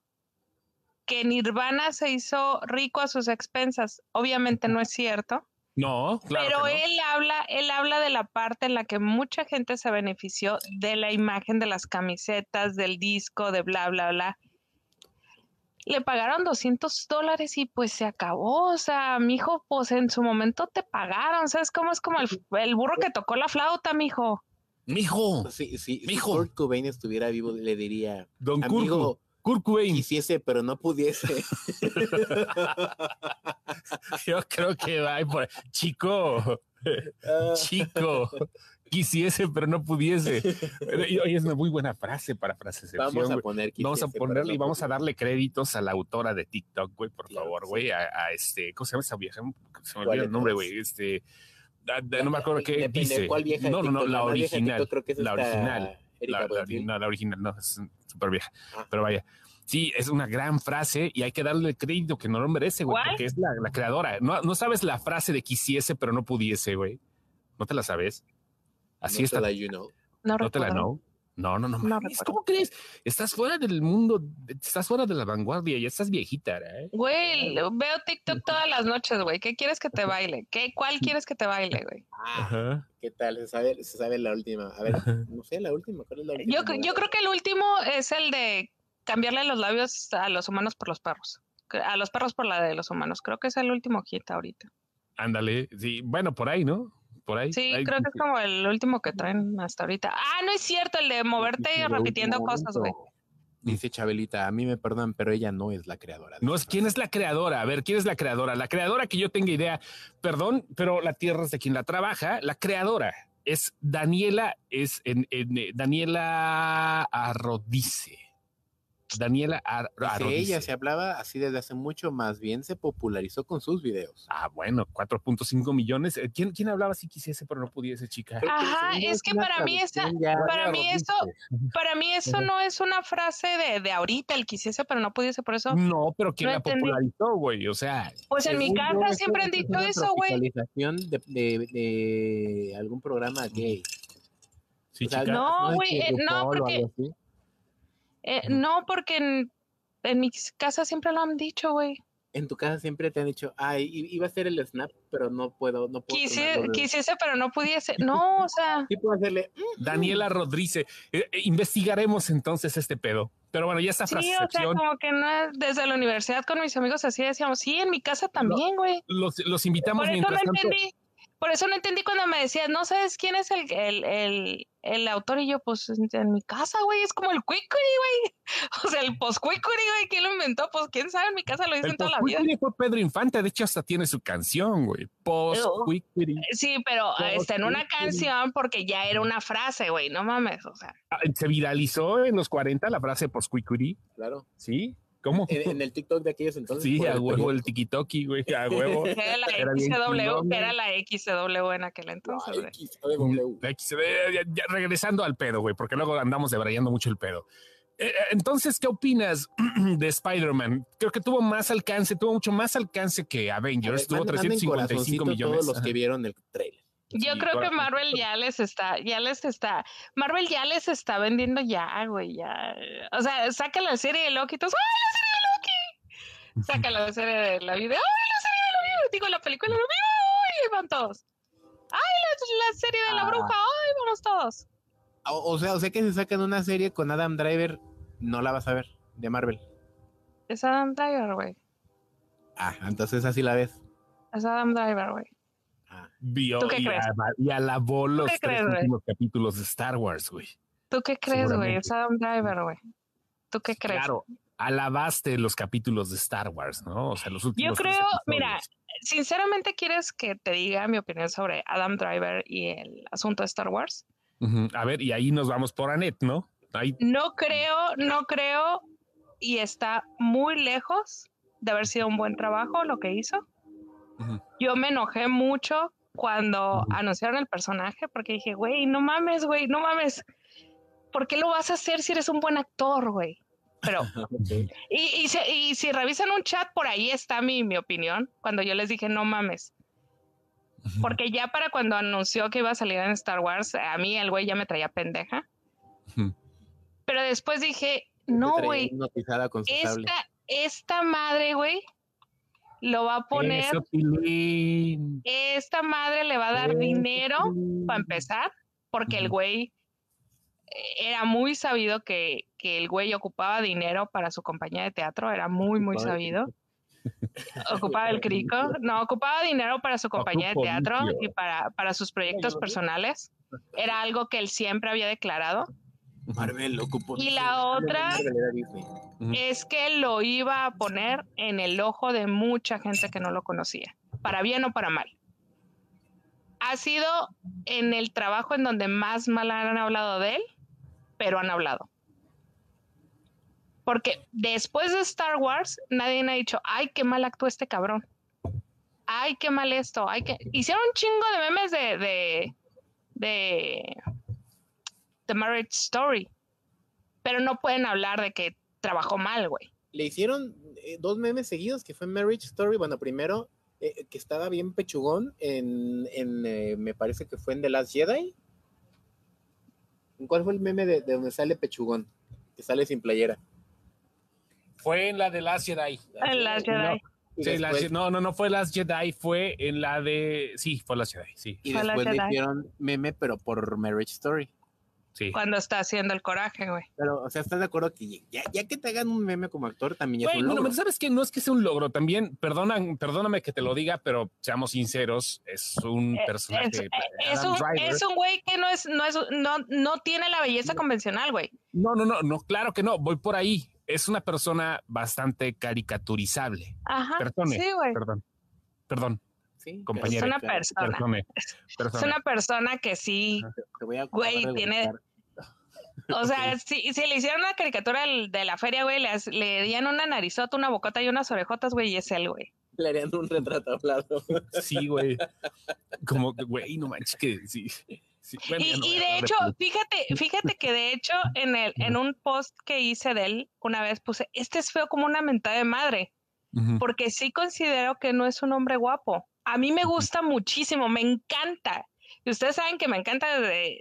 C: que Nirvana se hizo rico a sus expensas. Obviamente no es cierto,
A: No, claro.
C: pero
A: que no.
C: él habla, él habla de la parte en la que mucha gente se benefició de la imagen de las camisetas, del disco, de bla, bla, bla. Le pagaron 200 dólares y pues se acabó. O sea, mijo, pues en su momento te pagaron. ¿Sabes cómo es como el, el burro que tocó la flauta, mijo?
A: Mijo,
B: Sí, sí, si
A: Mijo.
B: Kurt Cobain estuviera vivo, le diría,
A: Don Kurt,
B: amigo,
A: Kurt Cobain.
B: quisiese, pero no pudiese.
A: [LAUGHS]
B: [LAUGHS]
A: Yo creo que va por ahí. chico,
B: Ah,
A: chico. Quisiese, pero no
B: [LAUGHS]
A: pudiese. Pero, y- Oye, es una muy buena frase para frases.
B: vamos a poner
A: Vamos a
B: quisiese, pero
A: ponerle
B: no
A: y vamos a
B: pudiese.
A: darle créditos a la autora de TikTok, güey, por
B: Claro
A: favor,
B: que sí.
A: güey, a, a este, ¿cómo se llama esa vieja? Se me
B: ¿Cuál
A: olvidó
B: de
A: el nombre,
B: todas?
A: güey, este, da- da- no me acuerdo qué
B: Depende de
A: dice.
B: cuál vieja de
A: no, no, no,
B: TikTok,
A: la
B: más vieja de
A: original,
B: TikTok creo que es
A: la
B: esta
A: original,
B: Erika
A: la, la-
B: Buenfil.
A: no, la original, no, es súper vieja,
B: Ah.
A: pero vaya. Sí, es una gran frase y hay que darle el crédito que no lo merece, güey,
C: ¿Cuál?
A: porque es la, la creadora. No, no sabes la frase de quisiese, pero no pudiese, güey. No te la sabes. Así
B: No
A: está
B: se la you know.
C: No,
A: no te la
C: recuerdo.
A: no. No, no, no.
C: No
A: mames,
C: recuerdo.
A: ¿Cómo crees? Estás fuera del mundo, estás fuera de la vanguardia, ya estás viejita, ¿eh?
C: Güey, veo TikTok todas las noches, güey. ¿Qué quieres que te baile? ¿Qué, ¿Cuál quieres que te baile, güey?
B: Ah, ¿Qué tal? Se sabe, se sabe la última. A ver, no sé, la última. ¿Cuál es la última?
C: Yo, cre- yo creo que el último es el de cambiarle los labios a los humanos por los perros. Cre- A los perros por la de los humanos. Creo que es el último hit ahorita.
A: Ándale, sí, bueno, por ahí, ¿no? Por ahí.
C: Sí,
A: ahí-
C: creo que es como el último que traen hasta ahorita. Ah, no es cierto, el de moverte
D: Dice,
C: repitiendo
D: "De último
C: cosas, güey.
D: momento".
B: Dice Chabelita, a mí me perdonan, pero ella no es la creadora.
A: No es quién es la creadora, a ver, quién es la creadora. La creadora que yo tenga idea, perdón, pero la tierra es de quien la trabaja, la creadora es Daniela, es en, en, eh, Daniela Arrodice. Daniela Ar-
B: Dice,
A: Arrodice.
B: ella se hablaba así desde hace mucho, más bien se popularizó con sus videos.
A: Ah, bueno, 4.5 millones. Eh, ¿Quién, ¿Quién hablaba si quisiese, pero no pudiese, chica?
C: Ajá,
B: Según
C: es que
B: una
C: para mí esa-
B: traducción ya-
C: para mí
B: Arrodice.
C: Para mí eso no es una frase de, de ahorita, el quisiese, pero no pudiese, por eso.
A: No, pero ¿quién
C: No
A: la
C: entendí.
A: popularizó, güey? O sea,
C: Pues en
B: Mm,
C: mi
B: Según yo,
C: casa
B: eso
C: siempre han
B: es
C: dicho
B: una
C: eso, güey.
B: tropicalización de, de- de algún programa gay.
A: sí,
B: O sea,
A: chica.
C: Pues, no. güey,
B: es que
C: eh, no,
B: RuPaul o
C: porque-
B: algo así.
C: Eh, no, porque en, en mi casa siempre lo han dicho, güey.
B: En tu casa siempre te han dicho, ay, i- iba a hacer el snap, pero no puedo, no puedo.
C: Quise-
B: tronarlo de-
C: quisiese, pero no pudiese. No, o sea.
B: Sí puedo hacerle, mm,
A: Daniela Rodríguez. Eh, eh, investigaremos entonces este pedo. Pero bueno, ya esa
C: Sí, o sea,
A: frasección.
C: como que no es- desde la universidad con mis amigos así decíamos, sí, en mi casa también, güey.
A: Los, los invitamos
C: Por eso no
A: mientras tanto.
C: entendí, por eso no entendí cuando me decías, no sabes quién es el, el, el, el autor, y yo, pues en en mi casa, güey, es como el cuicuri, güey. [LAUGHS] O sea, el poscuicuri, güey, ¿quién lo inventó? Pues quién sabe, en mi casa lo dicen
A: El
C: toda la vida.
A: Poscuicuri fue Pedro Infante, de hecho hasta tiene su canción, güey. Poscuicuri.
C: Sí, pero ah, está en una canción porque ya era una frase, güey, no mames, o sea.
A: Ah, Se viralizó en los 40 la frase poscuicuri,
B: claro.
A: ¿sí? ¿Cómo?
C: Eh,
B: En, en el TikTok de aquellos entonces.
A: Sí,
B: por
A: a
B: el
A: huevo
B: periodo-
A: el tikitoki, güey, a huevo.
C: Que era la
A: Era bien
C: XW,
A: chingón,
C: que era la XW en aquel entonces,
B: Ay,
C: güey.
B: XW.
A: La XD, ya- ya regresando al pedo, güey, porque luego andamos debrayando mucho el pedo. Eh, eh, Entonces, ¿qué opinas [CLEARS THROAT] de Spider-Man? Creo que tuvo más alcance, tuvo mucho más alcance que
B: A ver,
A: Avengers, tuvo
B: manden- manden
A: 355
B: corazoncito
A: millones.
B: Todos los que vieron el trailer.
C: Yo
A: Sí,
C: creo
A: ahora
C: que
A: sí.
C: Marvel ya les está, ya les está, Marvel ya les está vendiendo ya, güey, ya. O sea, saca la serie de Loki, y todos, ¡ay, la serie de Loki! Saca la serie de la vida, ¡ay, la serie de la vida! Digo, la película de la vida, ¡ay! Van todos. ¡Ay, la, la serie de la
B: Ah.
C: bruja! ¡ay, vamos todos!
B: O, o sea, o sea que si sacan una serie con Adam Driver, no la vas a ver, de Marvel.
C: Es Adam Driver, güey.
B: Ah, entonces así la ves.
C: Es Adam Driver, güey.
B: Ah,
A: Vio
C: ¿Tú qué
A: y,
C: crees?
A: ala- y alabó los
C: qué
A: tres
C: crees, güey?
A: últimos capítulos de Star Wars, güey.
C: ¿Tú qué crees, güey? Es
A: Seguramente.
C: Adam Driver, güey. ¿Tú qué crees?
A: Claro, alabaste los capítulos de Star Wars, ¿no? O sea, los últimos. tres
C: creo, mira,
A: episodios.
C: Sinceramente, ¿quieres que te diga mi opinión sobre Adam Driver y el asunto de Star Wars?
A: Ujú, A ver, y ahí nos vamos por Anet, ¿no? Ahí,
C: No creo, no creo, y está muy lejos de haber sido un buen trabajo lo que hizo.
A: ujú.
C: Yo me enojé mucho cuando anunciaron el personaje porque dije, güey, no mames, güey, no mames. ¿Por qué lo vas a hacer si eres un buen actor, güey?
A: [LAUGHS]
C: Pero, y, y se- y si revisan un chat, por ahí está mi, mi opinión, cuando yo les dije, no mames. Porque ya para cuando anunció que iba a salir en Star Wars, a mí el güey ya me traía pendeja.
A: Ujú.
C: Pero después dije, no, güey,
B: Hipnotizada con su sable.
C: esta, esta madre, güey, lo va a poner,
A: Eso, Pilín.
C: esta madre le va a dar
A: Eso,
C: dinero
A: Pilín.
C: para empezar, porque el
A: Ujú.
C: güey eh, era muy sabido que, que el güey ocupaba dinero para su compañía de teatro, era muy, muy
D: Ocupaba el
C: sabido. Ocupaba el crico, no, ocupaba dinero para su compañía de
A: Ocupo
C: teatro
A: limpio.
C: y para, para sus proyectos personales. Era algo que él siempre había declarado.
B: Marvel ocupo.
C: Y la otra-
B: Marvel era Disney.
C: Es que lo iba a poner en el ojo de mucha gente que no lo conocía, para bien o para mal. Ha sido en el trabajo en donde más mal han hablado de él, pero han hablado. Porque después de Star Wars, nadie ha dicho, ay, qué mal actúa este cabrón. Ay, qué mal esto. Ay, que... Hicieron un chingo de memes de, de, de The Marriage Story, pero no pueden hablar de que trabajó mal, güey.
B: Le hicieron eh, dos memes seguidos, que fue Marriage Story. Bueno, primero, eh, que estaba bien pechugón en, en, eh, me parece que fue en The Last Jedi. ¿En ¿Cuál fue el meme de, de donde sale pechugón? Que sale sin playera.
A: Fue en la de Last Jedi.
C: En la Jedi.
B: Y
A: Sí, la-
B: después-
A: no, no, no fue Last Jedi, fue en la de. Sí, fue Last Jedi, sí.
B: Y
C: Fue la
B: después le
C: Jedi.
B: hicieron meme, pero por Marriage Story.
A: sí.
C: Cuando está haciendo el coraje, güey.
B: Pero, o sea, ¿estás de acuerdo que ya, ya que te hagan un meme como actor, también ya es
A: Güey,
B: un
A: bueno,
B: logro?
A: pero sabes que no es que sea un logro también, perdonan, perdóname que te lo diga, pero seamos sinceros, es un
C: Eh,
A: personaje.
C: Es, es
A: Adam
C: un,
A: Driver.
C: es un güey que no es, no es, no, no tiene la belleza convencional, güey.
A: No, no, no, no, claro que no, voy por ahí. Es una persona bastante caricaturizable.
C: Ajá.
A: Perdone,
C: sí, güey.
A: Perdón. Perdón,
B: Sí,
A: compañero.
C: Es una
B: claro,
C: persona.
A: perdone,
C: Es [LAUGHS]
A: perdone.
C: una persona que sí.
B: te voy a acabar
C: Güey,
B: de
C: tiene-
B: buscar.
C: [LAUGHS] O sea, si, si le hicieran una caricatura del- de la feria, güey, le, hac- le harían una narizota, una bocota y unas orejotas, güey, y es él, güey.
B: Le harían un retrato hablado.
A: Sí, güey. Como, que, güey, no manches que sí. sí. Bueno,
C: Y,
A: ya no voy
C: y
A: a
C: de
A: hablar
C: hecho,
A: política.
C: fíjate, fíjate que de hecho en el, en un post que hice de él una vez puse, este es feo como una mentada de madre.
A: Ujú.
C: porque sí considero que no es un hombre guapo. A mí me gusta muchísimo, me encanta. Y ustedes saben que me encanta de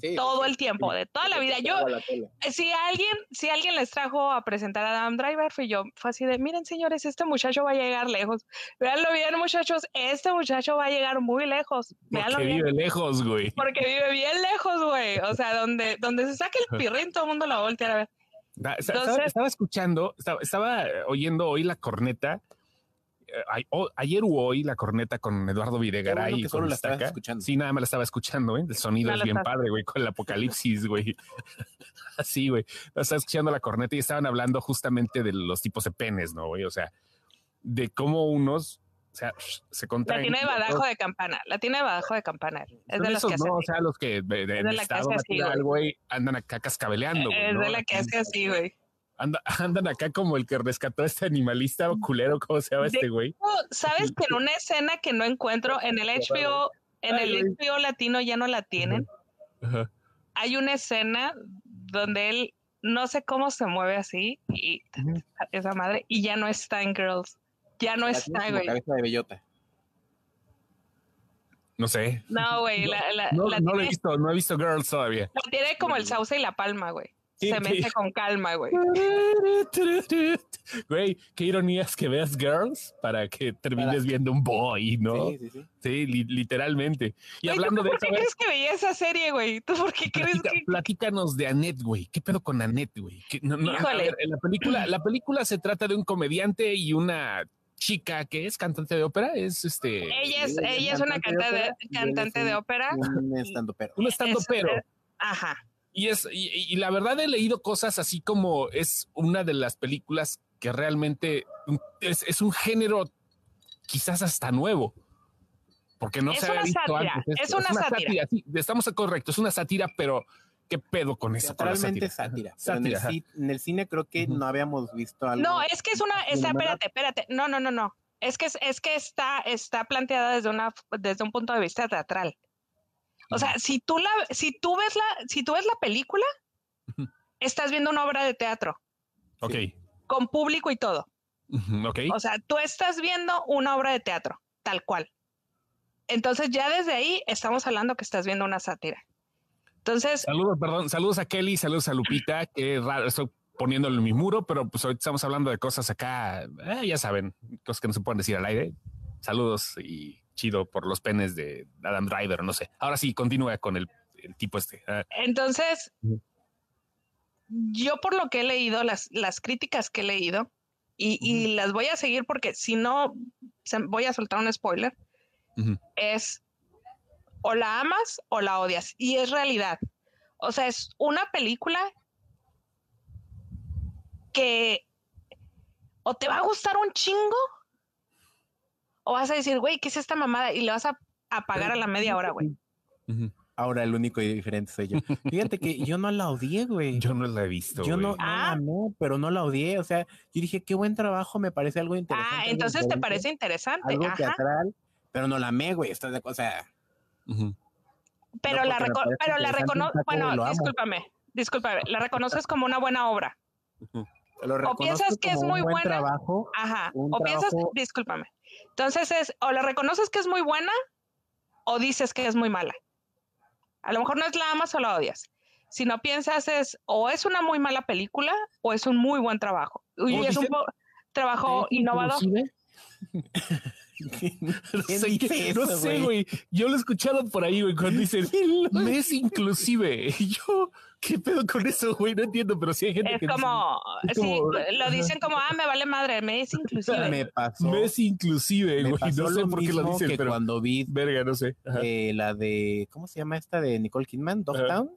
B: Sí,
C: todo
B: sí,
C: el tiempo,
B: sí.
C: de toda la
B: Lo que
C: vida.
B: te
C: Yo,
B: hago la tele.
C: si alguien, si alguien les trajo a presentar a Adam Driver, fui yo, fue así de, miren señores, este muchacho va a llegar lejos. Veanlo bien, muchachos, este muchacho va a llegar muy lejos. Veanlo
A: Porque
C: bien.
A: vive lejos, güey.
C: Porque vive bien lejos, güey. O sea, donde, donde se saque el pirrín, todo el mundo la voltea a ver.
A: Da- esta-
C: Entonces-
A: estaba, estaba escuchando, estaba, estaba, eh, oyendo hoy la corneta. eh, ay- o- ayer u hoy la corneta con Eduardo
B: Qué bueno
A: Videgaray
B: que
A: y
B: solo
A: con
B: la estabas
A: Estaca.
B: escuchando.
A: Sí, nada más la estaba escuchando, ¿eh? El sonido
C: No
A: es
C: la
A: bien
C: estás.
A: padre, güey, con el apocalipsis, güey. [LAUGHS] Así, güey. La Estaba escuchando la corneta y estaban hablando justamente de los tipos de penes, ¿no, güey? O sea, de cómo unos, o sea, se
C: La
A: contraen.
C: tiene
A: y
C: de
A: otros-
C: badajo de campana, la tiene de badajo de campana. Es
A: son
C: de los
A: esos,
C: que
A: ¿no?
C: hacen.
A: O sea, los que de, de,
C: Es
A: en
C: de la que
A: estado
C: hace así, Eh,
A: natural, güey, andan acá cascabeleando, güey.
C: Es
A: ¿no?
C: de la que hace así, güey.
A: Anda- [LAUGHS] andan acá como el que rescató a este animalista o culero, ¿cómo se llama
C: De-
A: este güey?
C: Oh, ¿Sabes que en una escena que no encuentro en el HBO, en
A: Ay,
C: el HBO latino ya no la tienen?
A: Ajá.
C: Hay una escena donde él no sé cómo se mueve así y
A: Ujú.
C: esa madre y ya no está en Girls. Ya no
B: La tienes
C: está,
B: como
C: Pues, güey.
B: Cabeza de bellota.
A: No sé.
C: No, güey, la, la-
A: No,
C: la
A: no lo he
C: tiene,
A: visto, no he visto Girls
C: [LAUGHS]
A: todavía.
C: la tiene como el sauce y la palma, güey.
A: Sí,
C: se
A: sí.
C: mete con calma, güey.
A: Güey, qué ironías que veas Girls para que termines
B: Para-
A: viendo un boy, ¿no?
B: Sí, sí, sí.
A: Sí, li- literalmente. Y
C: Güey, ¿tú
A: hablando de
C: ¿Por
A: eso,
C: qué
A: a ver,
C: crees que veía esa serie, güey? ¿Tú
A: [LAUGHS]
C: por qué crees
A: platica-
C: que...?
A: platícanos de Annette, güey. ¿Qué pedo con Annette, güey? Que no- no, a
C: Híjole.
A: ver, en la
C: [CLEARS THROAT]
A: película, la película se trata de un comediante y una chica que es cantante de ópera, es este...
C: Ella es,
B: Sí, ella es
C: ella es una
B: cantante de ópera y él es
C: cantante, cantante de
B: un-
C: ópera.
B: Un pero.
A: Un estando
C: es-
A: pero.
C: Ajá.
A: Y es, y, y- y la verdad he leído cosas así como es una de las películas que realmente es, es un género quizás hasta nuevo. Porque no
C: Es
A: se había
C: una
A: visto
C: sátira,
A: antes. esto.
C: es una sátira.
A: sí, estamos correctos, es una sátira, pero ¿qué pedo con eso? Con la
B: Realmente
A: sátira. Ajá,
B: sátira. Pero en
A: sátira,
B: el
A: ajá.
B: ci- en el cine creo que
A: Ujú.
B: no habíamos visto algo.
C: No, es que es una,
B: así
C: está,
B: elaborado.
C: espérate, espérate. No, no, no, no. Es que es, es que está, está planteada desde una, desde un punto de vista teatral. O sea, si tú la, si tú ves la, si tú ves la película,
A: Ujú.
C: estás viendo una obra de teatro
A: Ok,
C: con público y todo.
A: ujú, ok.
C: O sea, tú estás viendo una obra de teatro, tal cual. Entonces ya desde ahí estamos hablando que estás viendo una sátira. Entonces,
A: Saludos, perdón, saludos a Kelly, saludos a Lupita, que raro, estoy poniéndolo en mi muro, pero pues ahorita estamos hablando de cosas acá, eh, ya saben, cosas que no se pueden decir al aire. Saludos y chido por los penes de Adam Driver, no sé. Ahora sí, continúa con el, el tipo este. Ah,
C: Entonces,
A: Ujú.
C: yo por lo que he leído, las, las críticas que he leído, y, y las voy a seguir porque si no, se- voy a soltar un spoiler,
A: ujú.
C: es o la amas o la odias, y es realidad. O sea, es una película que o te va a gustar un chingo, o vas a decir, güey, ¿qué es esta mamada? Y le vas a apagar a la media hora, güey.
A: Ujú.
B: Ahora el único y diferente
A: [LAUGHS]
B: soy yo. Fíjate que yo no la odié, güey.
A: Yo no la he visto.
B: Yo no, no la
C: Ah.
B: amé, pero no la odié. O sea, yo dije, qué buen trabajo, me parece algo interesante.
C: Ah,
B: algo
C: entonces te
B: diferente,
C: parece interesante.
B: Algo
C: Ajá.
B: teatral, pero no la amé, güey. Estás de o sea,
C: Pero
B: No,
C: la,
B: porque me
C: reco-
B: parece
C: pero
B: interesante
C: la
B: un
C: reconoces,
B: taco, lo
C: bueno,
B: amo.
C: discúlpame, discúlpame, la reconoces como una buena obra.
B: lo reconozco
C: piensas que es
B: como un
C: muy
B: buen
C: buena?
B: trabajo. [LAUGHS]
C: Ajá.
B: Un
C: o piensas,
B: trabajo-
C: discúlpame. Entonces es, o la reconoces que es muy buena, o dices que es muy mala. A lo mejor no es la amas o la odias. Si no piensas es, o es una muy mala película, o es un muy buen trabajo. Y es un
A: dicen?
C: po- trabajo innovador.
A: [LAUGHS] No
B: ¿Quién
A: sé,
B: dice
A: qué- no
B: eso,
A: sé, güey. Yo lo he escuchado por ahí, güey, cuando
B: [LAUGHS]
A: dicen me es inclusive. [LAUGHS] Y yo, ¿qué pedo con eso, güey? No entiendo, pero sí hay gente
C: Es
A: que dice,
C: como,
A: es
C: sí,
A: como-
C: lo dicen como, ah, me vale madre,
B: [LAUGHS]
C: me es inclusive.
B: Me pasó,
A: me es inclusive,
B: me
A: güey.
B: pasó
A: No sé
B: lo
A: por qué
B: mismo
A: lo dicen,
B: que
A: pero
B: cuando vi
A: verga, no sé. Ajá.
B: eh, la de, ¿cómo se llama esta de Nicole Kidman?
A: Ajá.
B: Dogtown.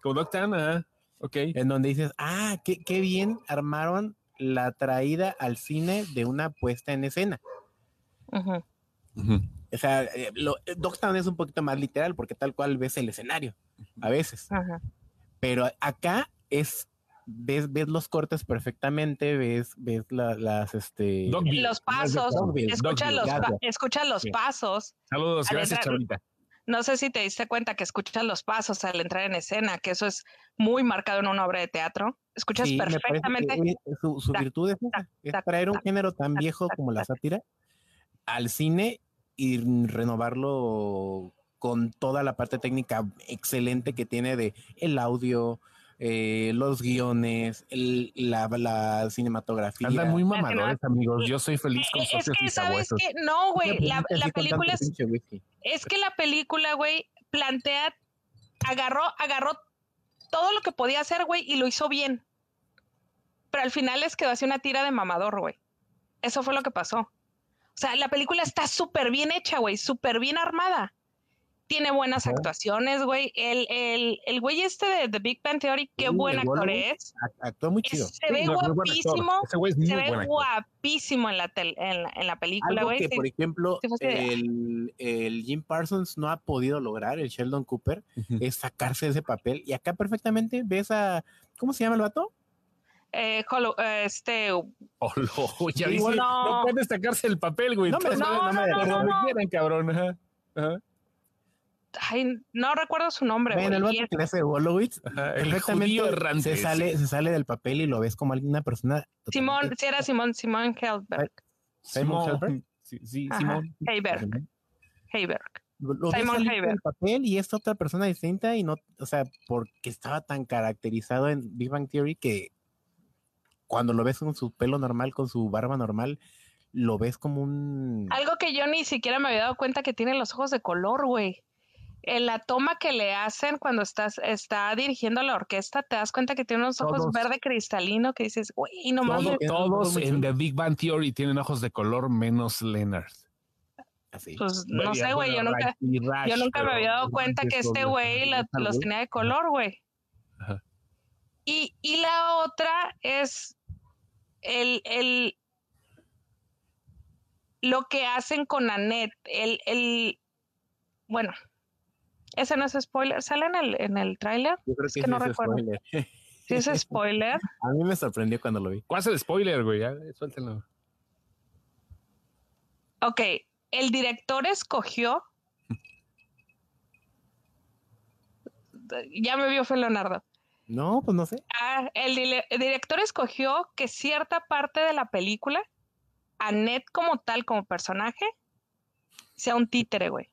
A: Como Doctan, ajá. Ok.
B: en donde dices, ah, qué, qué bien armaron la traída al cine de una puesta en escena.
C: Ujú.
B: O sea, eh, lo, eh, Dogtown es un poquito más literal porque tal cual ves el escenario a veces,
C: Ajá.
B: pero a- acá es, ves, ves los cortes perfectamente, ves, ves la- las, este...
A: Dogville.
C: Los pasos,
B: Dogville,
C: escucha
A: Dogville,
C: los, pa-
B: gracias.
C: escucha los
B: Sí.
C: pasos.
A: Saludos,
C: Al
A: gracias,
C: entrar-
A: Chavita.
C: No sé si te diste cuenta que escuchas los pasos al entrar en escena, que eso es muy marcado en una obra de teatro. Escuchas
B: Sí, me parece que
C: perfectamente.
B: es- su, su
C: Tac,
B: virtud es, esa,
C: tac,
B: es
C: tac,
B: traer un
C: tac,
B: género tan
C: tac,
B: viejo
C: tac,
B: como la
C: tac.
B: sátira al cine y renovarlo con toda la parte técnica excelente que tiene de el audio, eh, los guiones, el- la, la cinematografía.
A: Andan muy
C: que
A: mamadores, amigos. Yo soy
C: Eh,
A: feliz con
C: eh, Es
A: socios
C: que,
A: y
C: ¿sabes
A: sabuesos.
C: que No, güey.
B: Me
C: La,
B: pusiste así con
C: la
B: tanto
C: película es,
B: pinche whisky.
C: es que la película, güey, plantea, agarró, agarró todo lo que podía hacer, güey, y lo hizo bien. Pero al final les quedó así una tira de mamador, güey. Eso fue lo que pasó. O sea, la película está súper bien hecha, güey, súper bien armada. Tiene buenas actuaciones, güey. El, el, el güey este de The Big Bang Theory, qué
B: Sí,
C: buen
B: el
C: actor
B: Wahlberg.
C: es.
B: Ac- Actúa muy chido.
C: Se ve
A: Ah, Sí, no, es muy buen actor.
C: guapísimo.
A: Ese güey es muy
C: Se ve
A: buen actor. [LAUGHS]
C: guapísimo en la, tel- en la, en la película,
B: Algo
C: güey.
B: que,
C: sí.
B: por ejemplo,
C: sí fue así de-
B: el, el Jim Parsons no ha podido lograr, el Sheldon Cooper,
A: Ujú.
B: es sacarse ese papel. Y acá perfectamente ves a. ¿Cómo se llama el vato?
C: Eh, Hollow- eh, este,
A: Oh, no, ya dice,
C: Igual-
A: no.
C: No.
A: pueden destacarse el papel, güey.
B: No me
A: Entonces,
C: no, no,
A: por
C: no,
A: donde
C: no.
A: quieran, cabrón. Ajá. Ajá.
C: ay, no recuerdo su nombre,
B: Bueno,
C: güey.
B: el vato
C: Y es-
B: que le hace Wolowitz.
A: Ajá. El judío
B: Perfectamente
A: errante.
B: se sale, se sale del papel y lo ves como alguna persona.
C: Simón,
B: totalmente-
C: si era Simón, Simón Helberg.
B: Simon Helberg.
A: Simón. Sí, sí,
C: Ajá.
A: Simón.
C: Heiberg, Heiberg.
B: Lo lo ves
C: Simon
B: salir
C: Helberg.
B: del papel y es otra persona distinta y no, o sea, porque estaba tan caracterizado en Big Bang Theory que cuando lo ves con su pelo normal, con su barba normal, lo ves como un...
C: Algo que yo ni siquiera me había dado cuenta que tiene los ojos de color, güey. En la toma que le hacen cuando estás está dirigiendo la orquesta, te das cuenta que tiene unos ojos
B: Todos.
C: verde cristalino que dices, güey, no
B: Todo-
C: mames.
B: que-
A: Todos
B: Muy
A: en The Big Bang Theory tienen ojos de color menos Leonard.
B: Así.
C: Pues no
A: Y
C: sé, güey, yo
A: bueno,
C: nunca,
A: Ra- y Rash,
C: yo nunca me
A: pero
C: había dado
A: no
C: cuenta
A: manches,
C: que este
A: los-
C: güey la-
A: Ajá.
C: los tenía de color, güey.
A: Ajá.
C: Y, y la otra es el, el lo que hacen con Annette, el, el bueno, ese no es spoiler, sale en el, en el tráiler,
B: Yo creo
C: es que no
B: ese
C: recuerdo.
B: spoiler.
C: si es spoiler,
B: A mí me sorprendió cuando lo vi.
A: ¿Cuál es el spoiler, güey? Ya, suéltalo.
C: ok, el director escogió ya me vio fue Leonardo.
B: No, pues no sé.
C: Ah, el, dile- el director escogió que cierta parte de la película, Annette como tal, como personaje, sea un títere, güey.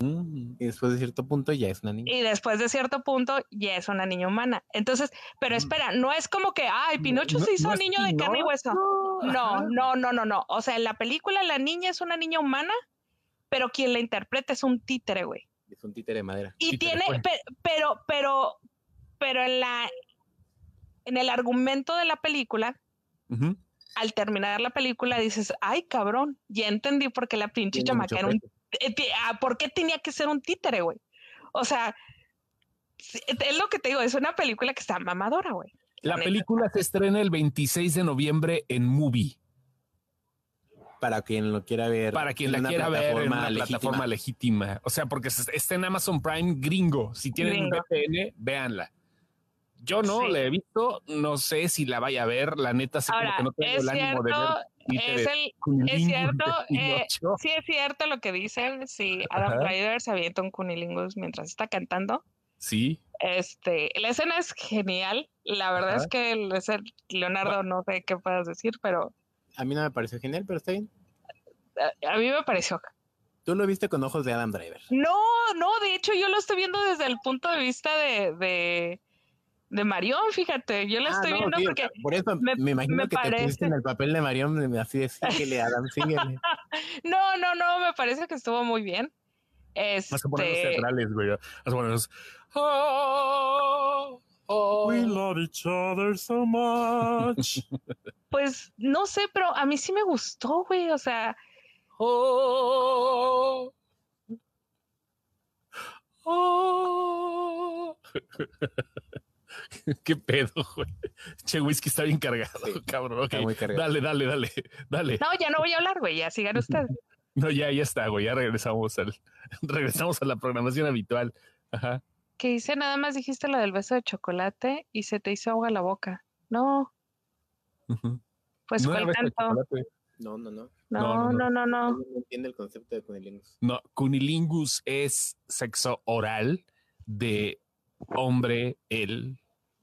F: Y después de cierto punto ya es una niña.
C: Y después de cierto punto ya es una niña humana. Entonces, pero espera, no es como que, ay, Pinocho
F: Mm. No-
C: se hizo
F: no es
C: niño de carne y hueso. No,
F: ajá.
C: no, no, no, no. O sea, en la película la niña es una niña humana, pero quien la interpreta es un títere, güey.
F: Es un títere de madera.
C: Y
A: Títere,
C: tiene,
A: pues.
C: pe- pero, pero, pero en la, en el argumento de la película,
A: Ujú.
C: al terminar la película dices, ay, cabrón, ya entendí por qué la pinche
F: Tiene mucho
C: chamaca era un eh, ti- ah, ¿por qué tenía que ser un títere, güey? O sea, sí, eh, es lo que te digo, es una película que está mamadora, güey.
A: La
C: neta.
A: película se estrena el 26 de noviembre en Movie.
F: Para quien lo quiera ver.
A: Para quien la
F: una
A: quiera ver en una
F: legítima.
A: plataforma legítima. O sea, porque se- está en Amazon Prime gringo. Si tienen
C: Gringo.
A: VPN, véanla. Yo no
C: Sí.
A: la he visto, no sé si la vaya a ver. La neta, sé como
C: Ahora,
A: que no tengo
C: es
A: el ánimo de ver.
C: cierto, es,
A: títeres
C: el, es
A: cunilingus
C: cierto,
A: de
C: eh,
A: Pinocho.
C: sí es cierto lo que dicen, sí, Adam
A: Ajá.
C: Driver se avienta un cunilingus mientras está cantando.
A: Sí.
C: Este, la escena es genial, la verdad
A: Ajá.
C: es que el- es el- Leonardo, no sé qué puedas decir, pero eh,
F: A mí no me pareció genial, pero está bien.
C: a, a mí me pareció
F: Tú lo viste con ojos de Adam Driver.
C: No, no, de hecho yo lo estoy viendo desde el punto de vista de, de, de Marión, fíjate, yo lo
F: Ah,
C: estoy
F: no,
C: viendo
F: sí, o
C: porque
F: sea, por eso
C: me-
F: me, imagino
C: me
F: que te pusiste
C: parece-
F: en el papel de Marión así de síguele, Adam,
A: [LAUGHS]
F: síguele.
C: no, no, no, me parece que estuvo muy bien.
A: Vas a poner los
C: Este,
A: teatrales, güey. Vas a poner los- Oh, oh.
F: love each other so much.
C: pues no sé, pero a mí sí me gustó, güey, o sea,
A: Oh, oh. [LAUGHS] ¿Qué pedo, güey? Che, whisky está bien cargado,
F: Sí.
A: cabrón. ok.
F: Está muy cargado.
A: Dale, dale, dale, dale.
C: no, ya no voy a hablar, güey, ya sigan ustedes.
A: No, ya, ya está, güey. Ya regresamos al, [LAUGHS] regresamos a la programación habitual. Ajá.
C: Que hice nada más dijiste lo del beso de chocolate y se te hizo agua la boca. No,
A: Ujú.
C: pues
A: No
C: fue
A: era beso de
C: tanto.
A: chocolate.
B: No, no, no.
A: no,
C: No, no, no, no.
B: No entiende el concepto de cunilingus.
A: No, cunilingus es sexo oral de hombre, el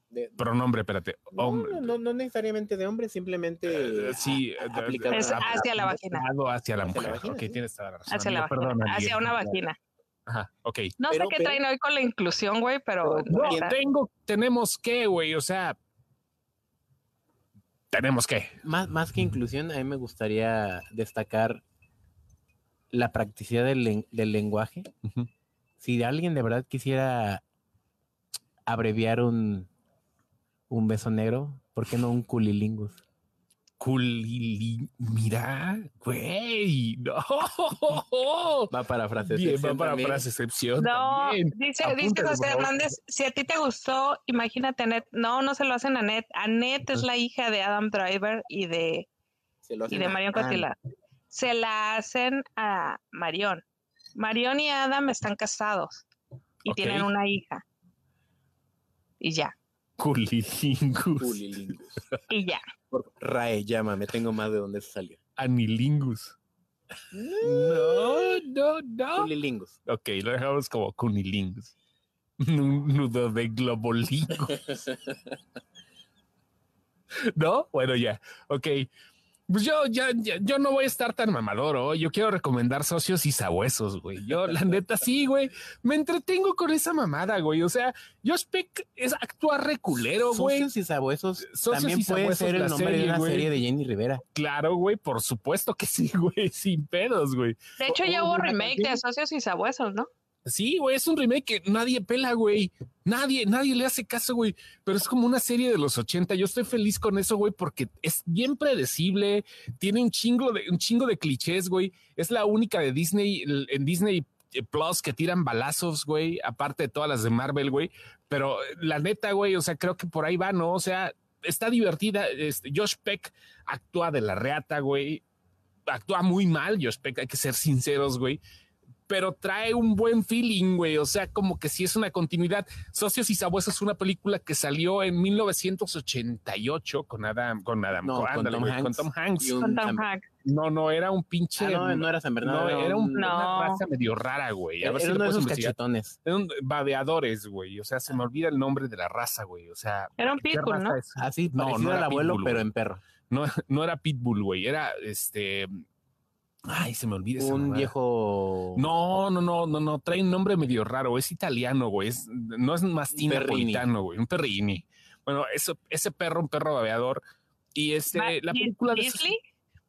B: De-
A: pronombre, espérate,
B: no,
A: hombre.
B: no, no, no necesariamente de hombre,
A: Eh,
B: simplemente.
A: sí,
B: a-
A: eh,
B: aplicado
C: Es
B: a-
C: hacia la vagina.
A: dado hacia la
B: Hacia la
A: mujer.
B: vagina,
A: ok,
B: sí.
A: tienes toda la razón.
C: Hacia la
A: amigo,
C: vagina,
A: perdona,
C: hacia
A: Miguel.
C: una vagina.
A: Ajá, ok.
C: No
B: Pero-
C: sé qué
B: pero-
C: traen hoy con la inclusión, güey, pero...
B: Pero-
A: No,
C: neta,
A: tengo, tenemos que, güey, o sea, tenemos que.
F: más, más que inclusión, a mí me gustaría destacar la practicidad del, len- del lenguaje.
A: Ujú.
F: Si alguien de verdad quisiera abreviar un, un beso negro, ¿por qué no un culilingus?
A: Culili, mira, güey, no.
F: Va para frases.
A: Bien, va
F: excepción
A: para
F: también.
A: frase excepción.
C: No,
A: también.
C: dice, dice
A: Apúntalo,
C: José
A: por favor.
C: Hernández, si a ti te gustó, imagínate a Annette. No, no se lo hacen a Annette. Annette es la hija de Adam Driver y de,
B: se lo
C: y
B: hacen
C: de
B: a
C: Marion
B: Anne.
C: Cotillard.
A: Ah.
C: Se la hacen a Marion. Marion y Adam están casados y
A: Ok.
C: tienen una hija. Y ya,
A: Culilingus,
B: Cunilingus.
C: y ya.
F: Por- Rae, llámame, tengo más de dónde salió.
A: anilingus. No, no, no.
F: Culilingus.
A: Ok, lo dejamos como cunilingus. Un nudo de
F: [LAUGHS]
A: globolingo. ¿No? Bueno, ya. Ok. Pues yo, ya, ya- yo no voy a estar tan mamador hoy. Yo quiero recomendar socios y sabuesos, güey. Yo, la neta, sí, güey. Me entretengo con esa mamada, güey. O sea, yo Peck es actuar reculero, güey.
F: Socios y sabuesos.
A: Socios
F: también
A: y
F: puede
A: Sabuesos,
F: ser el
A: la
F: nombre de
A: serie,
F: una
A: güey.
F: serie de Jenny Rivera.
A: Claro, güey. Por supuesto que sí, güey. Sin pedos, güey.
C: De hecho,
A: Oh,
C: ya hubo
A: una
C: remake de Socios y Sabuesos, ¿no?
A: Sí, güey, es un remake que nadie pela, güey. Nadie, nadie le hace caso, güey. Pero es como una serie de los 80. Yo estoy feliz con eso, güey, porque es bien predecible. Tiene un chingo de, un chingo de clichés, güey. Es la única de Disney, el- en Disney Plus que tiran balazos, güey. Aparte de todas las de Marvel, güey. Pero eh, la neta, güey, o sea, creo que por ahí va, ¿no? O sea, está divertida. Este, Josh Peck actúa de la reata, güey. Actúa muy mal, Josh Peck, hay que ser sinceros, güey pero trae un buen feeling, güey. O sea, como que sí es una continuidad. Socios y Sabuesos es una película que salió en 1988 con Adam, con Adam,
F: No,
A: con,
F: con
A: ándale,
F: Tom
A: güey,
F: Hanks.
A: con Tom Hanks.
F: Y un-
C: Con Tom
F: Sam-
C: Hanks.
A: No, no, era un pinche.
F: Ah, no, no era San
A: no,
F: Bernardo.
A: era un-
C: No.
A: una raza medio rara, güey. A
F: Era
A: ver si lo
F: uno de
A: puedes
F: esos
A: investigar.
F: cachetones.
A: Era un babeadores, güey. O sea, se me olvida el nombre de la raza, güey. O sea,
C: Era un
A: ¿qué
C: pitbull, ¿no?
A: raza es?
F: Así,
A: No,
F: parecido
A: no era
F: al abuelo,
A: [LAUGHS] Pitbull,
F: pero
A: güey.
F: en perro.
A: No, no era Pitbull, güey. Era este. Ay, se me olvida. esa
B: Un
A: mamada.
B: viejo.
A: No, no, no, no, no. Trae un nombre medio raro. Es italiano, güey. Es- no es mastín
B: Perrini.
A: napolitano, güey. Un perrini. Bueno, eso, ese perro, un perro babeador. Y este,
C: Ma-
A: la
C: Bis-
A: película de. esos-
C: Beasley?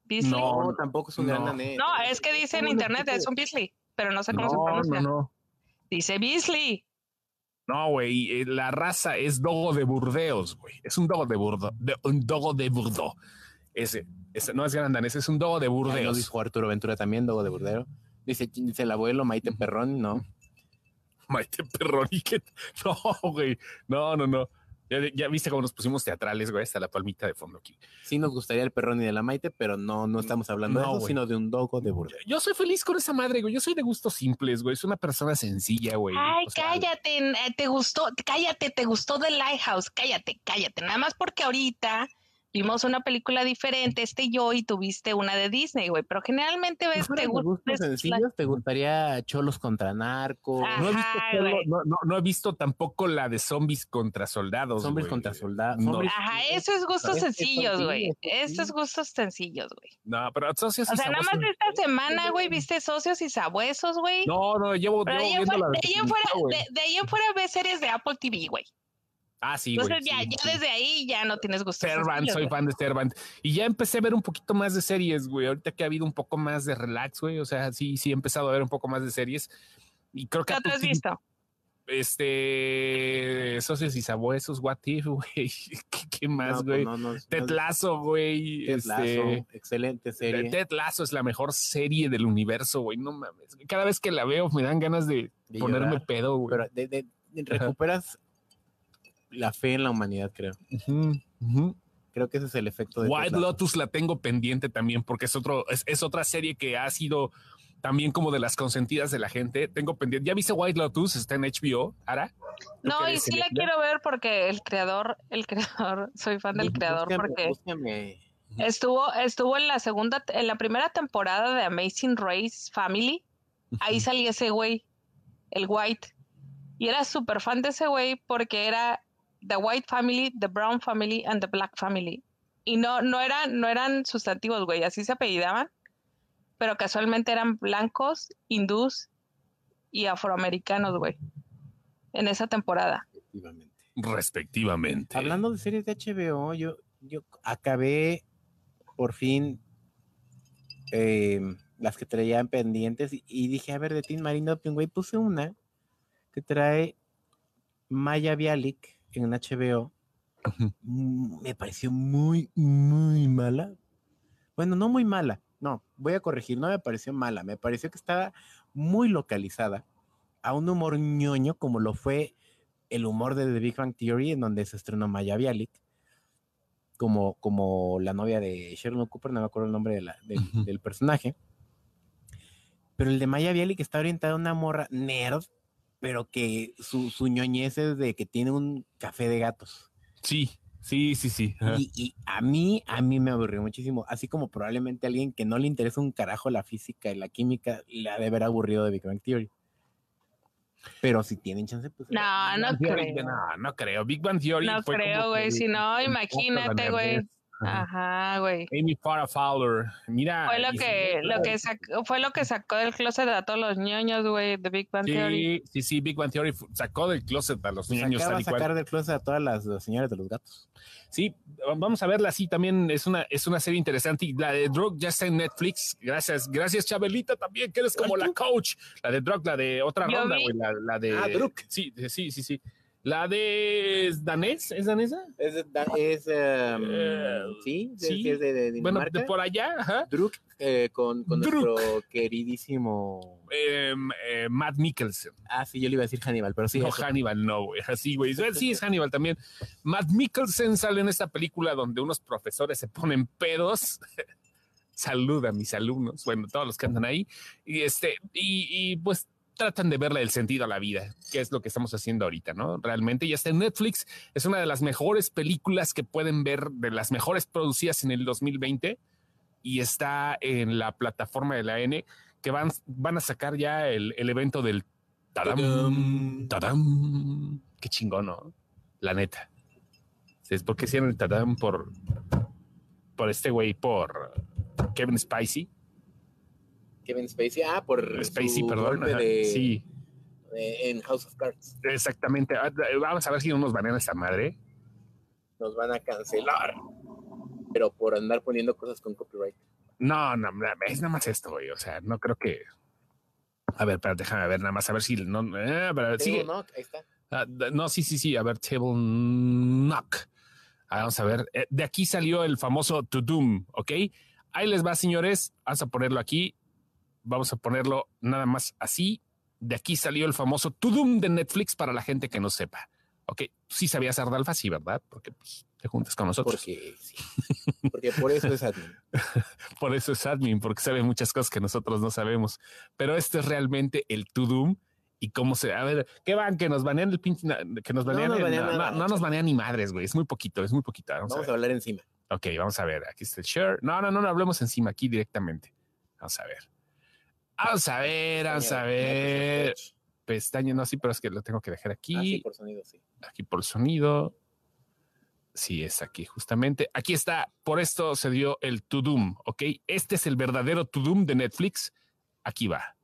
C: Beasley.
A: No,
C: No,
A: no,
B: No, tampoco es
A: un
B: un
A: gran
B: gran
C: es que dice en
G: No, no,
C: internet,
G: no.
C: es un Beasley, pero no sé cómo se
A: No, no,
C: pronuncia.
A: no.
C: Dice Beasley.
A: No, güey. eh, La raza es dogo de Burdeos, güey. Es un dogo de Burdo. de- un dogo de Burdo. Ese, ese no es grandanés, es un dogo de
B: Lo
A: Burdeos. [LAUGHS]
B: dijo Arturo Ventura también, Dogo de Burdero. Dice, dice el abuelo Maite Perrón, no.
A: Maite [LAUGHS] Perroni, que no, güey. No, no, no. Ya, ya viste cómo nos pusimos teatrales, güey, hasta la palmita de fondo aquí.
B: Sí nos gustaría el Perrón y de la Maite, pero no, no estamos hablando
A: No,
B: de eso,
A: güey.
B: sino de un Dogo de Burdero.
A: Yo soy feliz con esa madre, güey. Yo soy de gustos simples, güey. Soy una persona sencilla, güey.
C: Ay,
A: O sea,
C: cállate, eh, te gustó, cállate, te gustó The Lighthouse, cállate, cállate. Nada más porque ahorita vimos una película diferente, este y yo, y tuviste una de Disney, güey. Pero generalmente ves, te
B: ¿Te
C: gusta.
B: gustos sencillos? ¿Te gustaría Cholos contra Narcos?
A: No he, visto,
C: Ajá,
A: solo-
C: güey.
A: no- no- no he visto tampoco la de zombies contra soldados.
B: Hombres
A: güey.
B: contra soldados.
A: No.
B: hombres-
C: Ajá, eso es gustos
B: Es que son
C: sencillos, güey.
B: sencillos,
C: Esto es
B: sí.
C: gustos sencillos, güey.
A: No, pero socios
C: O
A: y
C: sea, nada
A: sabuesos-
C: más esta semana, güey, viste socios y sabuesos, güey.
A: No, no, llevo,
C: Pero de
A: llevo
C: ahí, en
A: Pues viendo
C: fuera,
A: la
C: de, ahí en fuera,
A: Chiquita, güey.
C: de- de ahí en fuera ves series de Apple TV, güey.
A: Ah, sí, güey.
C: Entonces ya,
A: sí,
C: ya
A: sí.
C: desde ahí ya no tienes gustos.
A: Servant,
C: sencillos,
A: soy
C: güey.
A: fan de Servant. Y ya empecé a ver un poquito más de series, güey. Ahorita que ha habido un poco más de relax, güey. O sea, sí, sí he empezado a ver un poco más de series. Y creo que
C: ¿Qué
A: Apple
C: otro has
A: TV+,
C: visto?
A: este socios y sabuesos, what if, [LAUGHS] güey. ¿Qué, qué más,
B: No, pues
A: güey?
B: no, no, no,
A: Ted Lasso, güey.
B: Ted Lasso,
A: Este,
B: excelente serie.
A: Ted Lasso es la mejor serie del universo, güey. No mames. güey. Cada vez que la veo me dan ganas de
B: de
A: ponerme
B: llorar,
A: pedo, güey.
B: pero de- de- de- recuperas la fe en la humanidad, creo.
A: Ujú, ujú.
B: Creo que ese es el efecto de
A: White
B: Ted Lasso.
A: Lotus la tengo pendiente también porque es otro, es, es otra serie que ha sido también como de las consentidas de la gente. Tengo pendiente. ¿Ya viste White Lotus? Está en HBO, Ara.
C: No,
A: que
C: y
A: eres
C: sí la
A: cinéfila.
C: quiero ver porque el creador, el [LAUGHS] creador, soy fan
A: Pues
C: del
B: Bú-
C: creador
B: búscame-
C: porque
B: búscame.
C: estuvo, estuvo en la segunda, en la primera temporada de Amazing Race Family, ahí salía ese güey, el White, y era súper fan de ese güey porque era The White Family, The Brown Family and The Black Family. Y no, no eran, no eran sustantivos, güey, así se apellidaban, pero casualmente eran blancos, hindús y afroamericanos, güey, en esa temporada.
B: Efectivamente.
A: Respectivamente.
B: Hablando de series de HBO, yo, yo acabé por fin eh, las que traían pendientes y, y dije, a ver, de Teen Marino Pingüey puse una que trae Maya Bialik en HBO.
A: Ujú.
B: Mm, Me pareció muy, muy mala. Bueno, no muy mala, no, voy a corregir, no me pareció mala, me pareció que estaba muy localizada a un humor ñoño como lo fue el humor de The Big Bang Theory, en donde se estrenó Maya Bialik, como, como la novia de Sheldon Cooper, no me acuerdo el nombre de la- del,
A: Ujú.
B: del personaje. Pero el de Maya Bialik está orientado a una morra nerd, pero que su, su ñoñez es de que tiene un café de gatos.
A: Sí, sí, sí, sí. Ajá.
B: Y, y a mí, a mí me aburrió muchísimo. Así como probablemente a alguien que no le interesa un carajo la física y la química, le ha de haber aburrido de Big Bang Theory. Pero si tienen chance, pues.
C: No, no
A: Big Bang Theory,
C: creo.
A: No, no creo. Big Bang Theory.
C: No
A: fue como
C: creo, güey.
A: que
C: Si no,
A: el- el
C: imagínate,
A: Oscar
C: güey.
A: Hernández. Ajá.
C: Ajá, güey.
A: Amy Farrah Fowler. Mira.
C: Fue lo
A: y-
C: que, lo que sacó, fue lo que sacó del closet a todos los ñoños, güey, de Big Bang Theory.
A: Sí, sí, sí, Big Bang Theory fu- sacó del closet a los
B: Pues
A: niños.
B: acaba
A: tal
B: de
A: y cual.
B: sacar del closet a todas las, las señoras de los gatos.
A: Sí, vamos a verla. Sí, también es una, es una serie interesante. Y la de Drug ya está en Netflix. Gracias, gracias, Chabelita, también, que eres como la coach. La de Drug, la de otra
C: Yo
A: ronda,
C: vi-
A: güey. La, la de.
G: Ah, Druk.
A: Sí, de- sí, sí, sí. La de. ¿Es danés? ¿Es danesa?
G: Es, de- da- es, em,
A: Eh,
G: sí, sí,
A: sí.
G: es de, de
A: Bueno, de
G: Dinamarca.
A: por allá, ajá.
G: Druk, eh, con, con
A: Druk.
G: nuestro queridísimo.
B: Queridísimo.
A: Em, eh, Matt Mikkelsen.
B: Ah, sí, yo le iba a decir Hannibal, pero sí.
A: no,
B: eso.
A: Hannibal, no, güey. Así, güey. Ah, Sí, es Hannibal también. Matt Mikkelsen sale en esta película donde unos profesores se ponen pedos. [LAUGHS] Saluda a mis alumnos, bueno, todos los que andan ahí. Y este, y, y, pues tratan de verle el sentido a la vida, que es lo que estamos haciendo ahorita, ¿no? Realmente ya está en Netflix. Es una de las mejores películas que pueden ver, de las mejores producidas en el 2020. Y está en la plataforma de la N, que van, van a sacar ya el, el evento del Tadam. Tadam. Qué chingón, ¿no? La neta. Sí, Es porque hicieron el tadam por. Por este güey, por Kevin Spicy.
B: Kevin Spacey. Ah, por
A: Spacey,
B: su
A: perdón.
B: golpe
A: ajá,
B: de-
A: Sí,
B: de- en House of Cards.
A: exactamente. Ah, Vamos a ver si no nos banean esta madre.
B: Nos van a cancelar. Pero por andar poniendo cosas con copyright.
A: No, no, no, es nada más esto, güey. O sea, no creo que. A ver, espérate, déjame ver nada más, a ver si. No, eh, pero sigue.
B: Table Knock, ahí está.
A: Ah, d- no, sí, sí, sí. A ver, Table Knock. Ah, vamos a ver. Eh, de aquí salió el famoso To Doom, ¿ok? Ahí les va, señores. Vamos a ponerlo aquí. Vamos a ponerlo nada más así. De aquí salió el famoso To Doom de Netflix para la gente que no sepa. Ok, sí sabías Ardalfa, sí, ¿verdad? Porque pues, te juntas con nosotros.
B: Porque sí. Porque por eso es admin.
A: Por eso es admin, porque sabe muchas cosas que nosotros no sabemos. Pero este es realmente el To Doom y cómo se. A ver, ¿qué van? Que nos banean el pinche. na- Que nos
B: No
A: banean.
B: nos
A: el- No,
B: banean
A: no-
B: nada.
A: no nos banean ni madres, güey. Es muy poquito, es muy poquito. [LAUGHS] Vamos a
B: Vamos
A: ver.
B: a hablar encima.
A: Ok, vamos a ver. Aquí está el share. No, no, no, no hablemos encima, aquí directamente. Vamos a ver. Vamos a ver, vamos a
B: Señora,
A: ver.
B: Microsoft Edge.
A: Pestaña, no, sí, pero es que lo tengo que dejar
B: Ah, sí,
A: aquí.
B: por sonido, sí.
A: Aquí por el sonido. Sí, es aquí justamente. Aquí está. Por esto se dio el To Doom, ¿ok? Este es el verdadero To Doom de Netflix. Aquí va.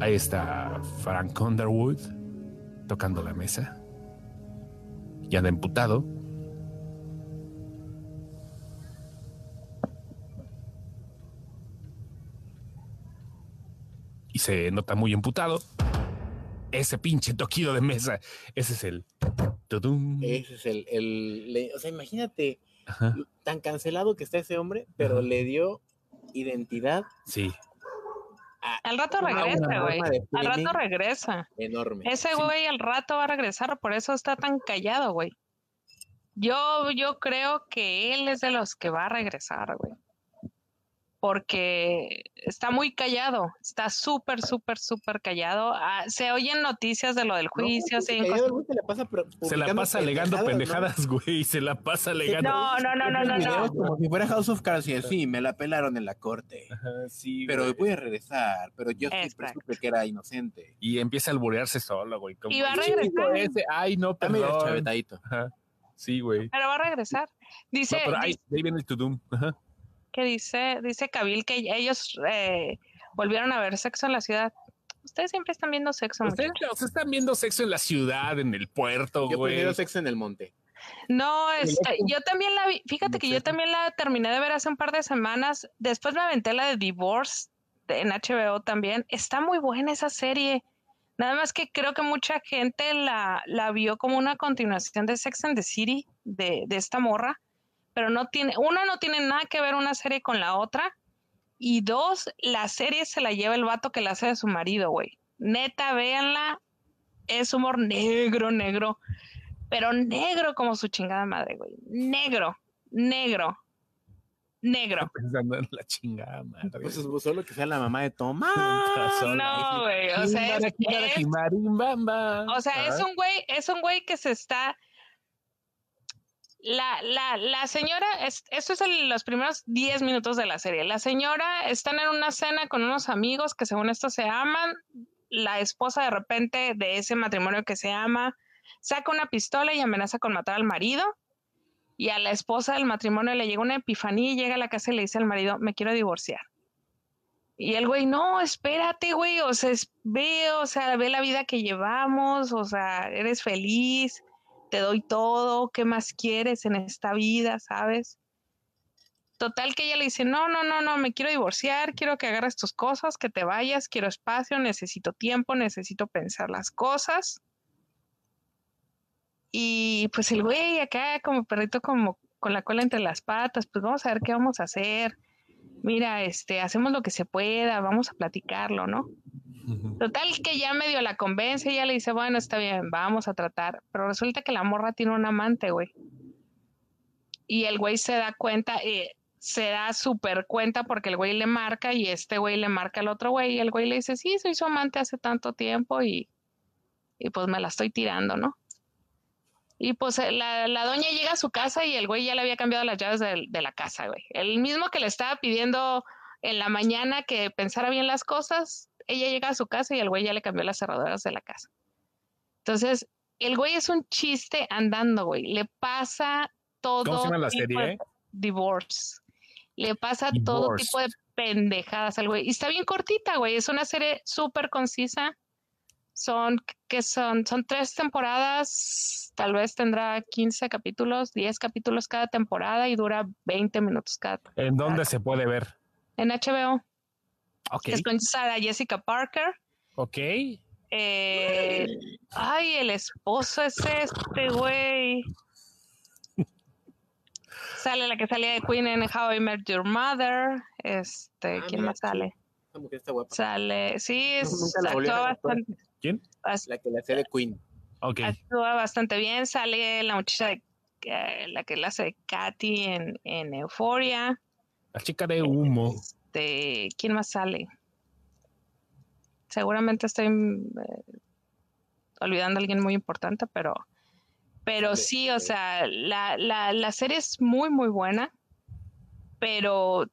A: Ahí está Frank Underwood tocando la mesa. Ya de emputado. y se nota muy emputado. Ese pinche toquido de mesa. Ese es el. tudum.
B: Ese es el, el- le- O sea, imagínate,
A: Mm. Ajá,
B: tan cancelado que está ese hombre, pero
A: Ajá.
B: le dio identidad
A: sí.
C: Al rato
B: a
C: regresa,
B: una
C: güey.
B: forma de
C: Al
B: streaming
C: rato regresa.
B: enorme.
C: Ese
A: Sí.
C: güey al rato va a regresar, por eso está tan callado, güey. Yo, yo creo que él es de los que va a regresar, güey. Porque está muy callado, está súper, súper, súper callado. Ah, se oyen noticias de lo del
B: No,
C: juicio,
B: porque
C: se oyen
B: callado
C: cosas-
B: el güey se la pasa pro-
A: Se la
B: publicando
A: pasa alegando
B: pendejadas,
A: pendejadas, güey. Se la pasa alegando.
C: No, no, no, no, no, no.
F: Videos Como si fuera House of Cards. y Sí, me la pelaron en la corte.
A: Ajá, sí,
F: Pero
A: güey.
F: voy a regresar. Pero yo siempre
C: Exacto.
F: supe que era inocente.
A: Y empieza a alborearse solo, güey. como,
C: Y va a
A: "Sí,
C: regresar.
A: güey, ese, Ay, no,
F: Dame el
A: perdón.
F: chavetadito.
A: Ajá, Sí, güey.
C: Pero va a regresar. Dice,
A: No, pero ahí,
C: dice
A: de ahí viene el tudum. Ajá.
C: que dice, dice Kabil que ellos eh, volvieron a ver sexo en la ciudad. Ustedes siempre están viendo sexo.
A: Ustedes,
C: muchachos.
A: ustedes están viendo sexo en la ciudad, en el puerto,
B: Yo
A: pues, güey.
B: prefiero
A: [LAUGHS]
B: sexo en el monte.
C: No,
A: El
C: este, yo también la vi, fíjate que yo
A: Muchachos.
C: también la terminé de ver hace un par de semanas. Después me aventé la de Divorce de- en HBO también. Está muy buena esa serie. Nada más que creo que mucha gente la, la vio como una continuación de Sex and the City de, de esta morra. Pero no tiene, una no tiene nada que ver una serie con la otra. Y dos, la serie se la lleva el vato que la hace de su marido, güey. Neta, véanla. Es humor negro, negro pero negro como su chingada madre, güey. Negro, negro, negro.
A: Pensando en la chingada, madre.
F: Pues solo que sea la [LAUGHS] mamá de Toma.
C: Ah, No, güey, o sea, es, es- o sea,
A: Ah.
C: es un güey, es un güey que se está la, la, la señora, es, esto es el- los primeros 10 minutos de la serie. La señora están en una cena con unos amigos que según esto se aman. La esposa de repente de ese matrimonio que se ama saca una pistola y amenaza con matar al marido. Y a la esposa del matrimonio le llega una epifanía y llega a la casa y le dice al marido, me quiero divorciar. Y el güey, no, espérate, güey, o sea, es- ve, o sea, ve la vida que llevamos, o sea, eres feliz, te doy todo, ¿qué más quieres en esta vida, sabes? Total que ella le dice, no, no, no, no, me quiero divorciar, quiero que agarres tus cosas, que te vayas, quiero espacio, necesito tiempo, necesito pensar las cosas. Y pues el güey acá como perrito como con la cola entre las patas, pues vamos a ver qué vamos a hacer. Mira, este, hacemos lo que se pueda, vamos a platicarlo, ¿no? Total que ya medio la convence, ya le dice, bueno, está bien, vamos a tratar. Pero resulta que la morra tiene un amante, güey. Y el güey se da cuenta, eh, se da súper cuenta porque el güey le marca y este güey le marca al otro güey. Y el güey le dice, sí, soy su amante hace tanto tiempo y, y pues me la estoy tirando, ¿no? Y pues eh, la, la doña llega a su casa y el güey ya le había cambiado las llaves del- de la casa, güey. El mismo que le estaba pidiendo en la mañana que pensara bien las cosas, ella llega a su casa y el güey ya le cambió las cerraduras de la casa. Entonces, el güey es un chiste andando, güey. Le pasa
A: [LAUGHS]
C: todo.
A: ¿Cómo se llama la
C: tipo de-
A: serie?
C: Divorce. Le pasa todo
B: Divorced.
C: tipo de pendejadas al güey. Y está bien cortita, güey. Es una serie súper concisa. Son, que son? Son tres temporadas. Tal vez tendrá 15 capítulos, 10 capítulos cada temporada y dura 20 minutos cada.
A: ¿En dónde se puede ver?
C: En HBO.
A: Ok,
C: que Es con Sarah Jessica Parker.
A: ok.
H: [LAUGHS]
C: Eh, ay, el esposo es este, güey. Sale la que salía de Queen en How I Met Your Mother. Este,
H: Ah,
C: ¿quién
H: mira.
C: más sale?
H: Esa mujer está guapa.
C: Sale, sí, es,
H: No, nunca la volví a
C: actúa,
H: ver, pues.
C: bastante,
A: ¿Quién?
C: bas-
H: La que la hace de Queen.
A: Ok.
C: actúa bastante bien. Sale la muchacha de eh, la que la hace de Katy en, en Euphoria.
A: La chica de humo.
C: Este, ¿quién más sale? Seguramente estoy mm, eh, olvidando a alguien muy importante, pero, pero
H: Híjole,
C: sí, o
H: eh.
C: sea, la, la, la serie es muy, muy buena, pero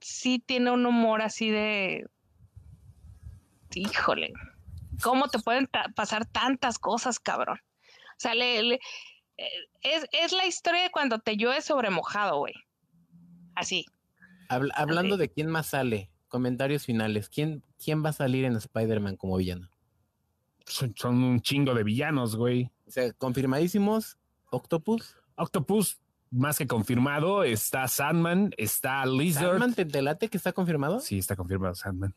C: sí tiene un humor así de, híjole, ¿cómo te pueden ta- pasar tantas cosas, cabrón? O sea, le- le- eh, es, es la historia de cuando te llueve sobre mojado, güey. Así.
B: Habl- hablando de quién más sale, comentarios finales. ¿Quién, quién va a salir en Spider-Man como villano?
A: Son, son un chingo de villanos, güey.
B: O sea, confirmadísimos, Octopus.
A: Octopus, más que confirmado, está Sandman, está Lizard.
B: Sandman, ¿te, te late que está confirmado?
A: Sí, está confirmado Sandman.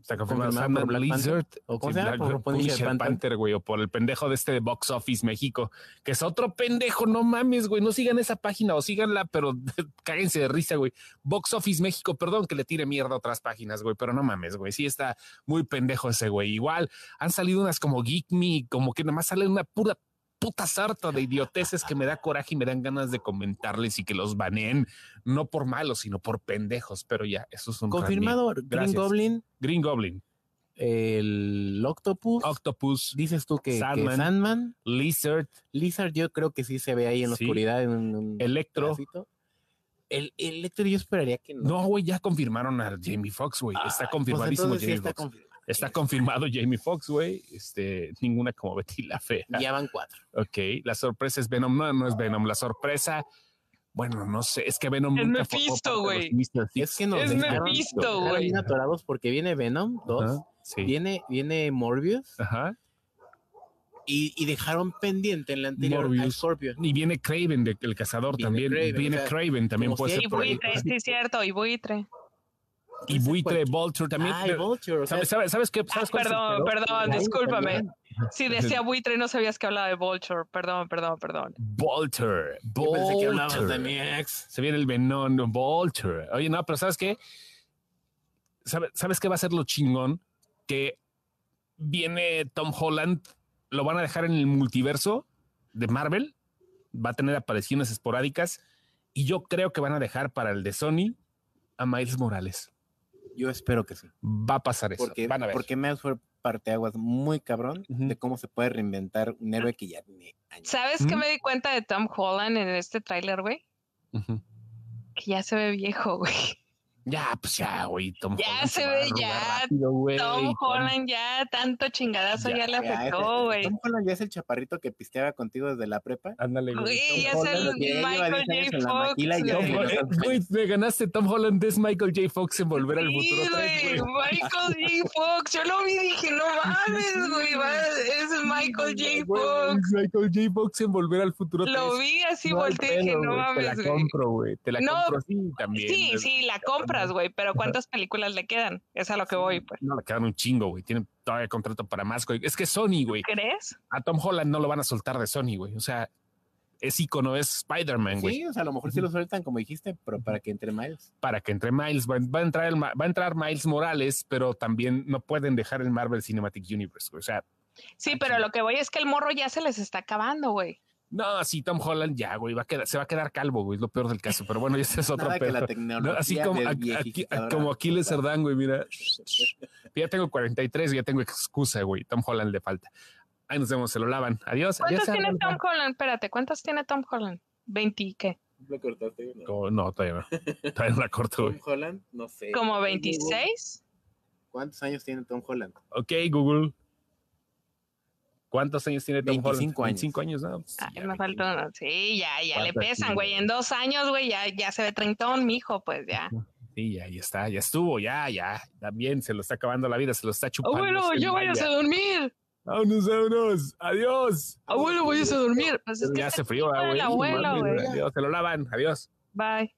A: Está confirmado,
B: Confirmado
A: Sandman,
B: por Black
A: Lizard.
B: ¿O cómo
A: sí,
B: se llama?
A: Black-
B: Por Punisher
A: Punisher
B: Panther.
A: Panther, güey, o por el pendejo de este de Box Office México, que es otro pendejo, no mames, güey, no sigan esa página o síganla, pero [LAUGHS] cáguense de risa, güey. Box Office México, perdón que le tire mierda a otras páginas, güey, pero no mames, güey, sí está muy pendejo ese, güey. Igual han salido unas como Geek Me, como que nada más sale una pura puta sarta de idioteces que me da coraje y me dan ganas de comentarles y que los baneen, no por malos, sino por pendejos, pero ya, eso es un
B: Confirmado, Green
A: Gracias.
B: Goblin,
A: Green Goblin,
B: el Octopus.
A: Octopus,
B: Dices tú que que
A: Sandman.
B: Sandman.
A: Lizard,
B: Lizard, yo creo que sí se ve ahí en la
A: Sí.
B: oscuridad. En un- un
A: Electro.
B: pedacito. El el Electro, yo esperaría que no.
A: No, güey, ya confirmaron a Jamie Foxx, güey. Está
B: Ay,
A: confirmadísimo
B: pues entonces sí
A: Jamie
B: está
A: Foxx.
B: confirmado.
A: Está confirmado Jamie Foxx, güey. Este, ninguna como Betty la Fea.
B: Ya van cuatro.
A: Ok, la sorpresa es Venom. No, no es Venom. La sorpresa, bueno, no sé. Es que Venom
C: Es
A: nunca formó
C: Mephisto,
A: parte de los
C: güey.
A: Mr. Six.
B: Es que nos
C: Es
B: dejaron-
C: Mephisto,
B: nos dejaron
C: güey.
B: bien atorados porque viene Venom 2,
A: Ajá, Sí. Ah.
B: viene, viene Morbius
A: Ajá.
B: y, y dejaron pendiente en la anterior a
A: Morbius.
B: Scorpio.
A: Y viene Craven, de- el cazador
B: Viene
A: también.
B: Kraven,
A: viene
B: o sea,
A: Craven, también
B: como
A: puede
B: si
A: ser
C: Y
A: por ahí.
C: buitre, sí, cierto, y buitre.
A: Y Buitre, Vulture también.
B: Ah, y Vulture, o sea,
A: ¿Sabes, sabes, sabes qué? ¿Sabes
C: Ah,
A: cuál es el
C: perdón,
A: pedo?
C: perdón,
B: Ahí
C: discúlpame.
B: también.
C: Si decía buitre, no sabías que hablaba de Vulture. Perdón, perdón, perdón.
A: Vulture.
B: yo pensé que hablabas
A: Vulture.
B: de mi ex.
A: Se viene el Venom Vulture. Oye, no, pero ¿sabes qué? ¿Sabe- ¿Sabes qué va a ser lo chingón? Que viene Tom Holland, lo van a dejar en el multiverso de Marvel, va a tener apariciones esporádicas y yo creo que van a dejar para el de Sony a Miles Morales.
B: Yo espero que sí.
A: Va a pasar eso.
B: Porque,
A: van a ver.
B: porque Miles fue parteaguas muy cabrón
A: Ujú.
B: de cómo se puede reinventar un héroe que ya tiene años.
C: ¿Sabes qué
A: ¿Mm?
C: me di cuenta de Tom Holland en este tráiler, güey?
A: Ujú.
C: Que ya se ve viejo, güey.
A: Ya, pues ya, güey. Tom
C: Ya
A: Holland
C: se
A: va a
C: ve,
A: arrugar
C: ya,
A: rápido, güey.
C: Tom
A: Tom-
C: Holland ya tanto chingadazo ya, le
B: Ya, este, ya,
C: afectó,
B: ese-
C: güey.
B: Tom Holland ya es el chaparrito que pisteaba contigo desde la prepa.
A: Ándale, güey.
C: Güey, ya
B: Tom
C: es el
B: Holland, ya lleva 10 años
C: Michael
B: en la
C: J. Fox.
B: maquila y ya
A: Tom
B: se
C: güey.
A: Holland-
B: regresó.
A: Güey, me ganaste. Tom Holland es Michael J. Fox en Volver al Futuro
C: Sí,
A: tres,
C: güey, Michael J. Fox. Yo lo vi y dije, no mames, güey, va- es Michael J. Fox.
A: Michael J. Fox en Volver al Futuro
C: Lo
A: tres.
C: vi así,
A: No hay
C: volteé y dije,
A: pedo,
C: no
A: güey,
C: mames,
A: Te la
C: güey.
A: compro, güey. Te la
C: No,
A: compro sí también.
C: Sí, sí, la compras, güey, pero ¿cuántas películas le quedan? Es a lo que voy, pues.
A: No, le quedan un chingo, güey. Tienen todavía contrato para más, güey. Es que Sony, güey.
C: ¿Crees?
A: A Tom Holland no lo van a soltar de Sony, güey. O sea, es ícono, es Spider-Man, güey.
B: Sí, o sea, a lo mejor sí lo sueltan como dijiste, pero para que
A: [LAUGHS]
B: entre Miles.
A: Para que entre Miles, va, va a entrar el Ma- va a entrar Miles Morales, pero también no pueden dejar el Marvel Cinematic Universe, güey. O sea,
C: Sí,
A: Ah,
C: pero
A: sí.
C: lo que voy es que el morro ya se les está acabando, güey.
A: no, sí, Tom Holland ya, güey, va a quedar, se va a quedar calvo, güey, es lo peor del caso. Pero bueno, ese
B: [LAUGHS]
A: es otro
B: Nada que
A: [LAUGHS] pedo.
B: la
A: No,
B: tecnología.
A: así como,
B: del
A: aquí, aquí,
B: viejitador
A: como Aquiles
B: avanzada.
A: Cerdán, güey, mira. Ya tengo 43, ya tengo excusa, güey. Tom Holland le falta. Ahí nos vemos, se lo lavan. Adiós.
C: ¿Cuántos
A: adiós,
C: tiene Tom
A: Arnold.
C: Holland? Espérate, ¿cuántos tiene Tom Holland? 20 y qué?
H: Lo cortaste. ¿no?
A: Como- Oh, No, todavía no. Todavía no la corto,
H: Tom
A: güey.
H: Holland, no
A: Eh,
H: sé.
C: ¿Como 26?
B: ¿Cuántos años tiene Tom Holland?
A: Ok, Google. ¿Cuántos años tiene Tom
F: 25
A: Holland?
F: años.
A: 25 años, ¿no? Pues,
C: Ay,
A: ya,
C: Ah, me falta uno. Sí, ya, ya le
F: Cuatro
C: pesan,
F: kilos.
C: güey. En dos años, güey, ya, ya se ve treintón, mijo, pues ya.
A: Sí, ya, ya está, ya estuvo, ya, ya. También se lo está acabando la vida, se lo está chupando.
C: Abuelo,
A: se
C: Oh, yo voy a
A: vaya.
C: dormir.
A: Vámonos, vámonos. Adiós.
C: Abuelo, voy a dormir. Pues es que
A: Ya
C: está
A: hace frío,
C: chiquito
A: ah,
C: el
A: güey.
C: abuelo,
A: Mames,
C: güey.
A: Adiós, se lo lavan. Adiós.
C: Bye.